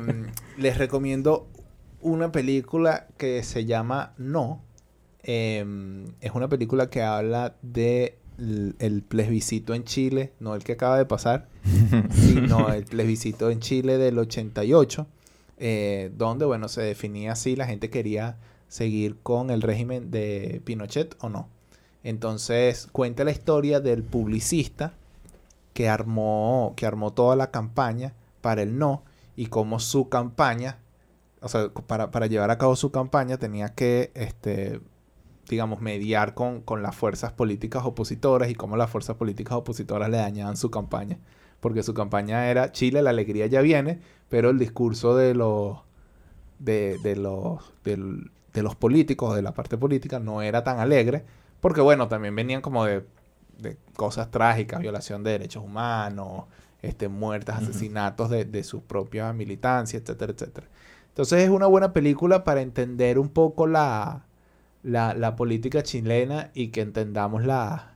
[SPEAKER 1] les recomiendo una película que se llama No. Eh, es una película que habla de l- el plebiscito en Chile, no el que acaba de pasar, sino el plebiscito en Chile del 88, eh, donde, bueno, se definía si la gente quería seguir con el régimen de Pinochet o no. Entonces cuenta la historia del publicista que armó, que armó toda la campaña para el no y cómo su campaña, o sea, cu- para, para llevar a cabo su campaña tenía que, este, digamos, mediar con, con las fuerzas políticas opositoras y cómo las fuerzas políticas opositoras le dañaban su campaña. Porque su campaña era Chile, la alegría ya viene, pero el discurso de los, de, de los, del- de los políticos, de la parte política, no era tan alegre. Porque bueno, también venían como de de cosas trágicas, violación de derechos humanos, este, muertes, asesinatos de, de su propia militancia, etcétera, etcétera. Entonces es una buena película para entender un poco la, la, la política chilena y que entendamos la-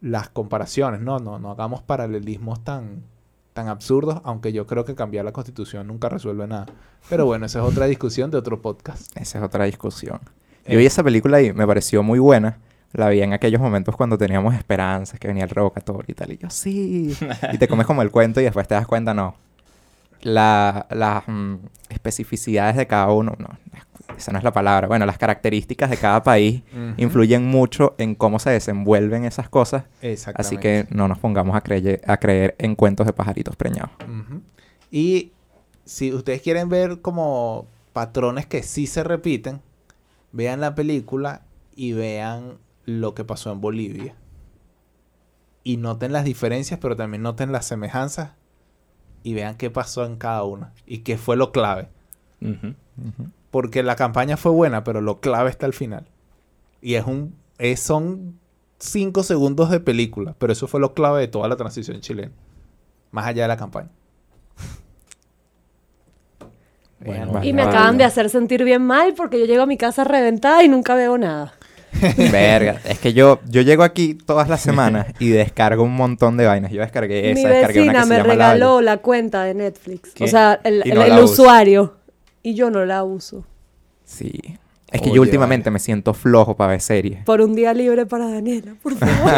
[SPEAKER 1] las comparaciones, ¿no? No, no hagamos paralelismos tan, tan absurdos, aunque yo creo que cambiar la constitución nunca resuelve nada. Pero bueno, esa es otra discusión de otro podcast.
[SPEAKER 2] Esa es otra discusión.
[SPEAKER 1] Eh.
[SPEAKER 2] Yo vi esa película y me pareció muy buena. La vi en aquellos momentos cuando teníamos esperanzas, que venía el revocatorio y tal. Y yo, sí. Y te comes como el cuento y después te das cuenta, no. La- las mm, especificidades de cada uno, no, esa no es la palabra. Bueno, las características de cada país
[SPEAKER 1] Ujú.
[SPEAKER 2] influyen mucho en cómo se desenvuelven esas cosas. Así
[SPEAKER 1] Exactamente.
[SPEAKER 2] que no nos pongamos a, creye- a creer en cuentos de pajaritos preñados.
[SPEAKER 1] Ujú. Y si ustedes quieren ver como patrones que sí se repiten, vean la película y vean lo que pasó en Bolivia. Y noten las diferencias, pero también noten las semejanzas y vean qué pasó en cada una y qué fue lo clave.
[SPEAKER 3] Ujú.
[SPEAKER 2] Ujú.
[SPEAKER 1] Porque la campaña fue buena, pero lo clave está al final. Y es un es- son cinco segundos de película, pero eso fue lo clave de toda la transición chilena. Más allá de la campaña.
[SPEAKER 3] Bueno,
[SPEAKER 2] Vean,
[SPEAKER 4] Y me
[SPEAKER 2] vale.
[SPEAKER 4] acaban de hacer sentir bien mal porque yo llego a mi casa reventada y nunca veo nada.
[SPEAKER 2] Verga, es que yo, yo llego aquí todas las semanas y descargo un montón de vainas. Yo descargué
[SPEAKER 4] mi
[SPEAKER 2] esa, descargué una
[SPEAKER 4] vecina
[SPEAKER 2] que
[SPEAKER 4] me
[SPEAKER 2] se llama La
[SPEAKER 4] regaló la cuenta de Netflix.
[SPEAKER 3] ¿Qué?
[SPEAKER 4] O sea, el,
[SPEAKER 2] Y no
[SPEAKER 4] el-
[SPEAKER 2] la
[SPEAKER 4] el
[SPEAKER 2] usa.
[SPEAKER 4] usuario. Y yo no la uso.
[SPEAKER 2] Sí. Es que
[SPEAKER 1] Oye,
[SPEAKER 2] yo últimamente me siento flojo para ver series.
[SPEAKER 4] Por un día libre para Daniela, por favor.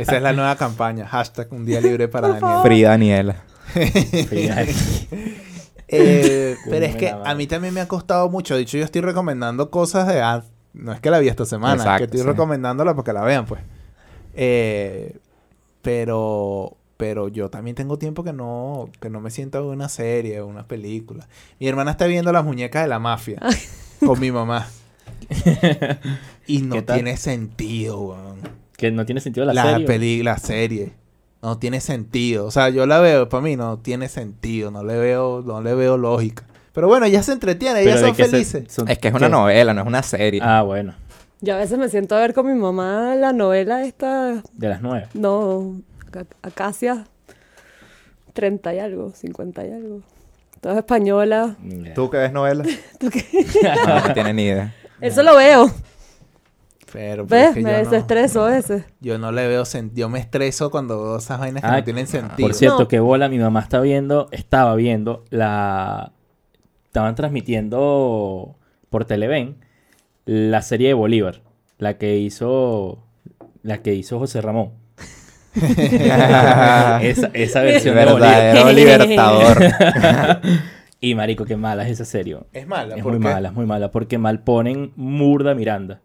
[SPEAKER 1] Esa es la nueva campaña. Hashtag un día libre para Daniel.
[SPEAKER 2] Free Daniela.
[SPEAKER 1] Eh, pero es
[SPEAKER 3] Cúmeme
[SPEAKER 1] que
[SPEAKER 3] la mano.
[SPEAKER 1] a mí también me ha costado mucho. De hecho, yo estoy recomendando cosas de... ah, no es que la vi esta semana. es que
[SPEAKER 2] Exacto,
[SPEAKER 1] estoy
[SPEAKER 2] sí.
[SPEAKER 1] recomendándola porque la vean, pues. Eh, pero... Pero yo también tengo tiempo que no... Que no me siento a ver una serie o una película. Mi hermana está viendo Las Muñecas de la Mafia. con mi mamá. y
[SPEAKER 3] ¿Qué
[SPEAKER 1] no
[SPEAKER 3] tal?
[SPEAKER 1] tiene sentido, weón
[SPEAKER 3] que no tiene sentido la,
[SPEAKER 1] la,
[SPEAKER 3] serie.
[SPEAKER 1] peli- la serie. No tiene sentido. O sea, yo la veo, para mí no tiene sentido. No le veo, no le veo lógica. Pero bueno, ya se entretiene,
[SPEAKER 3] Pero
[SPEAKER 1] ellas
[SPEAKER 3] de
[SPEAKER 1] son
[SPEAKER 3] que se-
[SPEAKER 1] felices.
[SPEAKER 3] son-
[SPEAKER 2] Es que es una
[SPEAKER 3] ¿qué?
[SPEAKER 2] novela, no es una serie.
[SPEAKER 3] Ah, bueno.
[SPEAKER 4] yo a veces me siento a ver con mi mamá la novela esta.
[SPEAKER 3] De las nueve.
[SPEAKER 4] No, Ac- Acacia. 30 y algo, 50 y algo. Todas españolas.
[SPEAKER 3] Yeah.
[SPEAKER 2] ¿Tú que ves novelas?
[SPEAKER 4] ¿Tú qué?
[SPEAKER 2] No, no tiene ni idea.
[SPEAKER 4] Eso lo veo.
[SPEAKER 1] Pero, pero es
[SPEAKER 4] ¿Ves?
[SPEAKER 1] que
[SPEAKER 4] Me
[SPEAKER 1] yo, no,
[SPEAKER 4] desestreso a veces.
[SPEAKER 1] yo no le veo sentido. Yo me estreso cuando veo esas vainas que
[SPEAKER 3] Ah,
[SPEAKER 1] no tienen sentido.
[SPEAKER 3] Por cierto,
[SPEAKER 4] No.
[SPEAKER 3] que bola, mi mamá está viendo, estaba viendo la. Estaban transmitiendo por Televen la serie de Bolívar, la que hizo. La que hizo José Ramón. esa, esa versión de
[SPEAKER 1] eh.
[SPEAKER 3] Bolívar.
[SPEAKER 2] Verdadero libertador.
[SPEAKER 3] Y marico, qué mala es esa serie. weón.
[SPEAKER 1] es mala,
[SPEAKER 3] Es
[SPEAKER 1] ¿por
[SPEAKER 3] muy
[SPEAKER 1] qué?
[SPEAKER 3] mala, es muy mala. Porque mal ponen Murda Miranda.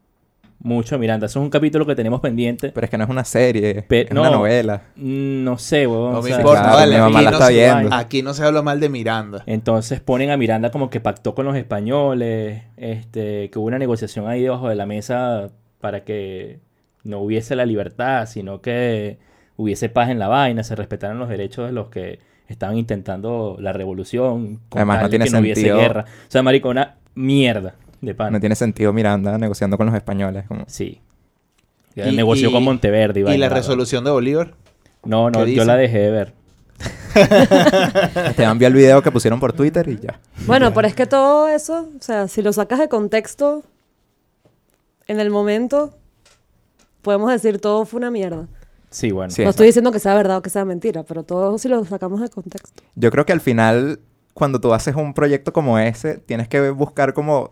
[SPEAKER 3] Mucho Miranda. Eso es un capítulo que tenemos pendiente.
[SPEAKER 2] Pero es que no es una serie,
[SPEAKER 3] Pe-
[SPEAKER 2] es
[SPEAKER 3] no.
[SPEAKER 2] una novela.
[SPEAKER 3] No sé, weón.
[SPEAKER 1] No
[SPEAKER 3] o
[SPEAKER 1] me
[SPEAKER 3] sea,
[SPEAKER 1] importa,
[SPEAKER 2] claro,
[SPEAKER 1] vale,
[SPEAKER 2] mi mamá
[SPEAKER 1] aquí
[SPEAKER 2] la
[SPEAKER 1] no
[SPEAKER 2] está
[SPEAKER 1] se-
[SPEAKER 2] viendo.
[SPEAKER 1] Aquí no se habla mal de Miranda.
[SPEAKER 3] Entonces ponen a Miranda como que pactó con los españoles, este, que hubo una negociación ahí debajo de la mesa para que no hubiese la libertad, sino que hubiese paz en la vaina, se respetaran los derechos de los que estaban intentando la revolución, con
[SPEAKER 2] Además, no
[SPEAKER 3] tal de
[SPEAKER 2] tiene
[SPEAKER 3] que no hubiese
[SPEAKER 2] sentido.
[SPEAKER 3] guerra. O sea, marico, una mierda de pan.
[SPEAKER 2] No tiene sentido Miranda negociando con los españoles. como-
[SPEAKER 3] Sí.
[SPEAKER 1] Y-
[SPEAKER 3] Negoció
[SPEAKER 1] y-
[SPEAKER 3] con Monteverde y
[SPEAKER 1] Y
[SPEAKER 3] vaina,
[SPEAKER 1] la
[SPEAKER 3] la verdad.
[SPEAKER 1] resolución de Bolívar.
[SPEAKER 3] No, no,
[SPEAKER 1] ¿Qué
[SPEAKER 3] yo la
[SPEAKER 1] dice?
[SPEAKER 3] dejé de ver.
[SPEAKER 2] Esteban vio el video que pusieron por Twitter y ya.
[SPEAKER 4] Bueno, pero es que todo eso, o sea, si lo sacas de contexto, en el momento, podemos decir todo fue una mierda.
[SPEAKER 3] Sí, bueno.
[SPEAKER 2] Sí.
[SPEAKER 4] no
[SPEAKER 2] exacto.
[SPEAKER 4] estoy diciendo que sea verdad o que sea mentira, pero todo si lo sacamos de contexto.
[SPEAKER 2] Yo creo que al final, cuando tú haces un proyecto como ese, tienes que buscar como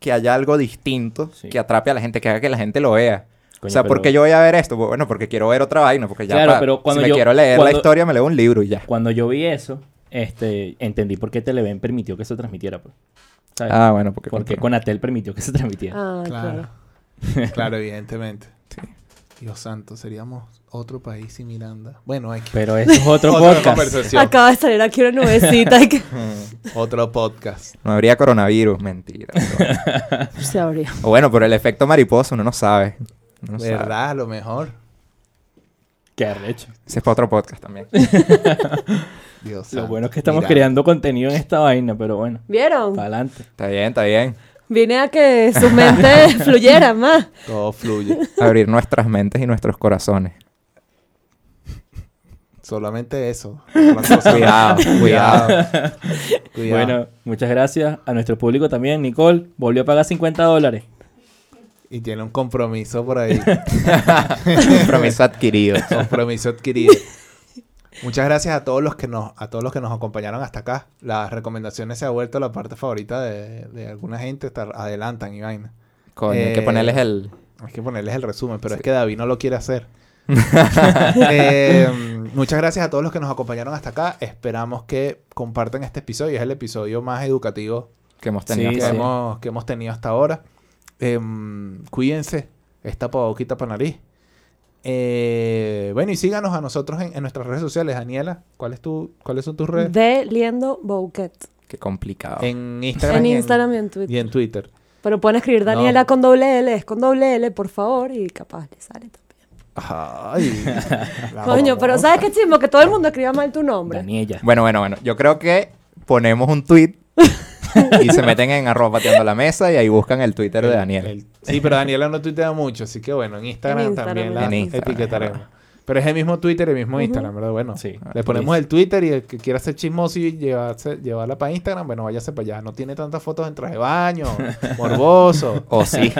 [SPEAKER 2] que haya algo distinto
[SPEAKER 3] Sí.
[SPEAKER 2] que atrape a la gente, que haga que la gente lo vea.
[SPEAKER 3] Coño,
[SPEAKER 2] o sea, ¿por
[SPEAKER 3] pero-
[SPEAKER 2] qué yo voy a ver esto? Pues Bueno, porque quiero ver otra vaina, porque ya
[SPEAKER 3] Claro,
[SPEAKER 2] pa-
[SPEAKER 3] pero cuando
[SPEAKER 2] si me
[SPEAKER 3] yo-
[SPEAKER 2] quiero leer
[SPEAKER 3] cuando-
[SPEAKER 2] la historia, me leo un libro y ya.
[SPEAKER 3] Cuando yo vi eso, este, entendí por qué Televen permitió que se transmitiera. pues. ¿Sabes?
[SPEAKER 2] Ah, bueno, porque...
[SPEAKER 3] Porque Conatel permitió que se transmitiera.
[SPEAKER 4] Ah,
[SPEAKER 1] Claro.
[SPEAKER 4] claro.
[SPEAKER 1] claro, evidentemente.
[SPEAKER 2] Sí.
[SPEAKER 1] Dios santo, seríamos otro país sin Miranda. Bueno, hay que...
[SPEAKER 3] Pero eso es otro podcast.
[SPEAKER 1] conversación.
[SPEAKER 4] Acaba de salir aquí una nubecita y que
[SPEAKER 1] Otro podcast.
[SPEAKER 2] No habría coronavirus, mentira. pero bueno.
[SPEAKER 4] se abrió.
[SPEAKER 2] o bueno, por el efecto mariposa uno no sabe. Uno no sabe.
[SPEAKER 1] ¿Verdad? A lo mejor.
[SPEAKER 3] Qué arrecho.
[SPEAKER 2] Ese es para otro podcast también.
[SPEAKER 1] Dios
[SPEAKER 3] Lo
[SPEAKER 1] santo.
[SPEAKER 3] bueno es que estamos
[SPEAKER 1] Mira,
[SPEAKER 3] creando contenido en esta vaina, pero bueno,
[SPEAKER 4] ¿Vieron?
[SPEAKER 3] para adelante.
[SPEAKER 2] está bien, está bien.
[SPEAKER 4] Vine a que su mente fluyera más.
[SPEAKER 1] Todo fluye.
[SPEAKER 2] Abrir nuestras mentes y nuestros corazones.
[SPEAKER 1] Solamente eso. Las cosas-
[SPEAKER 2] Cuidado, cuidado.
[SPEAKER 1] Cuidado.
[SPEAKER 3] Bueno, muchas gracias a nuestro público también. Nicole volvió a pagar 50 dólares.
[SPEAKER 1] Y tiene un compromiso por ahí.
[SPEAKER 2] Compromiso adquirido.
[SPEAKER 1] compromiso adquirido. Muchas gracias a todos los que nos, a todos los que nos acompañaron hasta acá. Las recomendaciones se ha vuelto la parte favorita de, de alguna gente. Estar, adelantan y vaina.
[SPEAKER 2] Coño, hay que
[SPEAKER 1] Eh,
[SPEAKER 2] ponerles el...
[SPEAKER 1] Hay que ponerles el resumen, pero es que David no lo quiere hacer. Eh, muchas gracias a todos los que nos acompañaron hasta acá. Esperamos que compartan este episodio. Es el episodio más educativo
[SPEAKER 2] Que hemos
[SPEAKER 3] Sí,
[SPEAKER 2] tenido.
[SPEAKER 1] que,
[SPEAKER 2] hasta ahora.
[SPEAKER 1] hemos, que hemos tenido hasta ahora. Em, cuídense. Esta boquita para nariz. Eh, bueno, y síganos a nosotros en, en nuestras redes sociales. Daniela, ¿cuál es tu, ¿cuáles son tus redes?
[SPEAKER 4] De Liendo Bouquet.
[SPEAKER 2] Qué complicado.
[SPEAKER 1] En Instagram,
[SPEAKER 4] En
[SPEAKER 1] y,
[SPEAKER 4] Instagram y en
[SPEAKER 1] En,
[SPEAKER 4] Twitter.
[SPEAKER 1] y en Twitter.
[SPEAKER 4] Pero pueden escribir
[SPEAKER 1] No.
[SPEAKER 4] Daniela con doble L, es con doble L, por favor, y capaz le sale también.
[SPEAKER 1] Ay, la
[SPEAKER 4] Coño, pero
[SPEAKER 1] mamota.
[SPEAKER 4] ¿sabes qué chismo? Que todo el mundo escriba mal tu nombre.
[SPEAKER 3] Daniela.
[SPEAKER 2] Bueno, bueno, bueno. Yo creo que ponemos un tweet y se meten en arroba pateando la mesa y ahí buscan el Twitter de
[SPEAKER 1] El-
[SPEAKER 2] Daniel.
[SPEAKER 1] el- sí, pero Daniela no tuitea mucho, así que bueno, en Instagram,
[SPEAKER 4] En Instagram,
[SPEAKER 1] también
[SPEAKER 4] en
[SPEAKER 1] la
[SPEAKER 2] Instagram.
[SPEAKER 1] etiquetaremos. Pero es el mismo Twitter, el mismo Instagram, ¿verdad? Bueno,
[SPEAKER 3] Sí.
[SPEAKER 1] le ponemos el Twitter y el que quiera ser chismoso y llevarse, llevarla para Instagram, bueno, váyase para allá. No tiene tantas fotos en traje de baño, morboso.
[SPEAKER 2] O sí.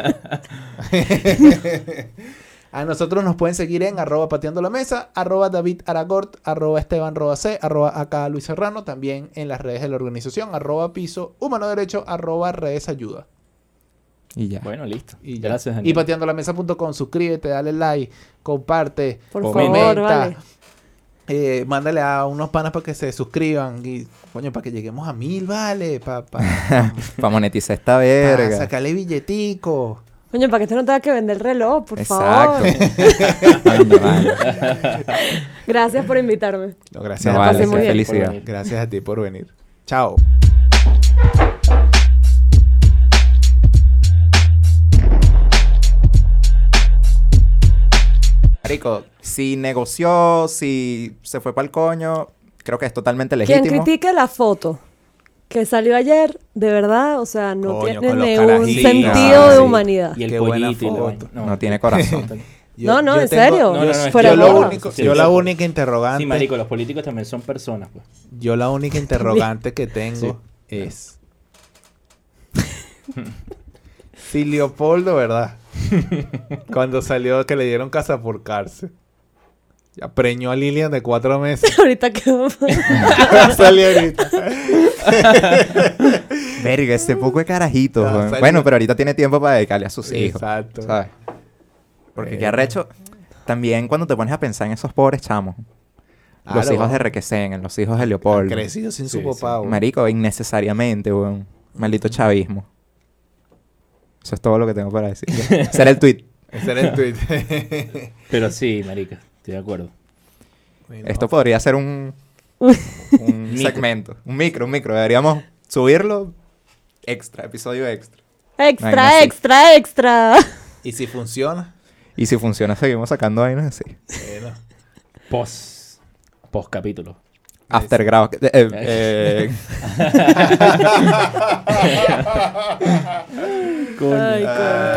[SPEAKER 1] A nosotros nos pueden seguir en arroba pateando la mesa, arroba David Aragort, arroba Esteban Robacé, arroba acá Luis Serrano, también en las redes de la organización, arroba piso humano derecho, arroba redes ayuda.
[SPEAKER 2] Y ya.
[SPEAKER 3] Bueno, listo.
[SPEAKER 1] Y ya.
[SPEAKER 3] Gracias,
[SPEAKER 1] Y
[SPEAKER 3] Daniela.
[SPEAKER 1] pateando la mesa.com, suscríbete, dale like, comparte,
[SPEAKER 4] Por
[SPEAKER 1] comenta,
[SPEAKER 4] favor, vale.
[SPEAKER 1] eh, mándale a unos panas para que se suscriban y coño, para que lleguemos a mil, vale, para
[SPEAKER 2] Para monetizar esta verga.
[SPEAKER 1] sacarle billetico.
[SPEAKER 4] Coño, para que usted no tenga que vender el reloj, por favor.
[SPEAKER 2] Exacto. Coño, vale.
[SPEAKER 4] Gracias por invitarme.
[SPEAKER 1] No, gracias,
[SPEAKER 2] No
[SPEAKER 1] a
[SPEAKER 2] vale,
[SPEAKER 1] ti.
[SPEAKER 4] pasé muy
[SPEAKER 2] qué
[SPEAKER 4] bien.
[SPEAKER 2] felicidad.
[SPEAKER 1] gracias a ti por venir. Chao.
[SPEAKER 2] Marico, si negoció, si se fue para el coño, creo que es totalmente legítimo.
[SPEAKER 4] Quien critique la foto que salió ayer, de verdad, o sea, no
[SPEAKER 1] Coño,
[SPEAKER 4] tiene
[SPEAKER 1] con los
[SPEAKER 4] ningún
[SPEAKER 1] carajitos,
[SPEAKER 4] sentido
[SPEAKER 2] sí.
[SPEAKER 4] de humanidad.
[SPEAKER 3] Y el
[SPEAKER 1] Qué buena
[SPEAKER 3] pollito y la
[SPEAKER 1] foto.
[SPEAKER 3] vaina.
[SPEAKER 2] No tiene corazón.
[SPEAKER 4] No, no, en serio.
[SPEAKER 3] No, no, no, es que
[SPEAKER 1] yo,
[SPEAKER 4] Fuera de
[SPEAKER 1] lo
[SPEAKER 4] broma.
[SPEAKER 1] único-
[SPEAKER 3] Sí,
[SPEAKER 1] yo
[SPEAKER 3] sí.
[SPEAKER 1] la única interrogante,
[SPEAKER 3] Sí, marico, los políticos también son personas, pues.
[SPEAKER 1] yo la única interrogante que tengo es si Leopoldo, ¿verdad? Cuando salió que le dieron casa por cárcel. Ya preñó a Lilian de cuatro meses.
[SPEAKER 4] Ahorita quedó.
[SPEAKER 1] Salió ahorita.
[SPEAKER 2] verga, ese poco de carajitos.
[SPEAKER 1] Ah,
[SPEAKER 2] weón.
[SPEAKER 1] salió.
[SPEAKER 2] Bueno, pero ahorita tiene tiempo para dedicarle a sus hijos.
[SPEAKER 1] Exacto. Eh,
[SPEAKER 2] ¿Sabes? Porque qué
[SPEAKER 1] Verga.
[SPEAKER 2] arrecho. También cuando te pones a pensar en esos pobres chamos. los
[SPEAKER 1] Claro,
[SPEAKER 2] hijos de Requesén, en los hijos de
[SPEAKER 1] han
[SPEAKER 2] Leopoldo.
[SPEAKER 1] crecido sin
[SPEAKER 3] Sí,
[SPEAKER 1] su papá. güey.
[SPEAKER 2] Marico, innecesariamente, weón. Maldito chavismo. Eso es todo lo que tengo para decir. Será el tweet.
[SPEAKER 1] Ese era el tweet.
[SPEAKER 3] Pero sí, marica, estoy de acuerdo.
[SPEAKER 1] Bueno,
[SPEAKER 2] Esto podría ser un, un
[SPEAKER 3] Micro.
[SPEAKER 2] segmento. Un micro, un micro. Deberíamos subirlo extra, episodio extra. Vaina
[SPEAKER 4] Extra,
[SPEAKER 2] así.
[SPEAKER 4] extra, extra.
[SPEAKER 1] Y si funciona,
[SPEAKER 2] Y si funciona, seguimos sacando vainas así.
[SPEAKER 1] bueno.
[SPEAKER 3] Post. Post capítulo.
[SPEAKER 2] After grado. eh, eh, eh,
[SPEAKER 3] Coño.
[SPEAKER 4] Ay, coño.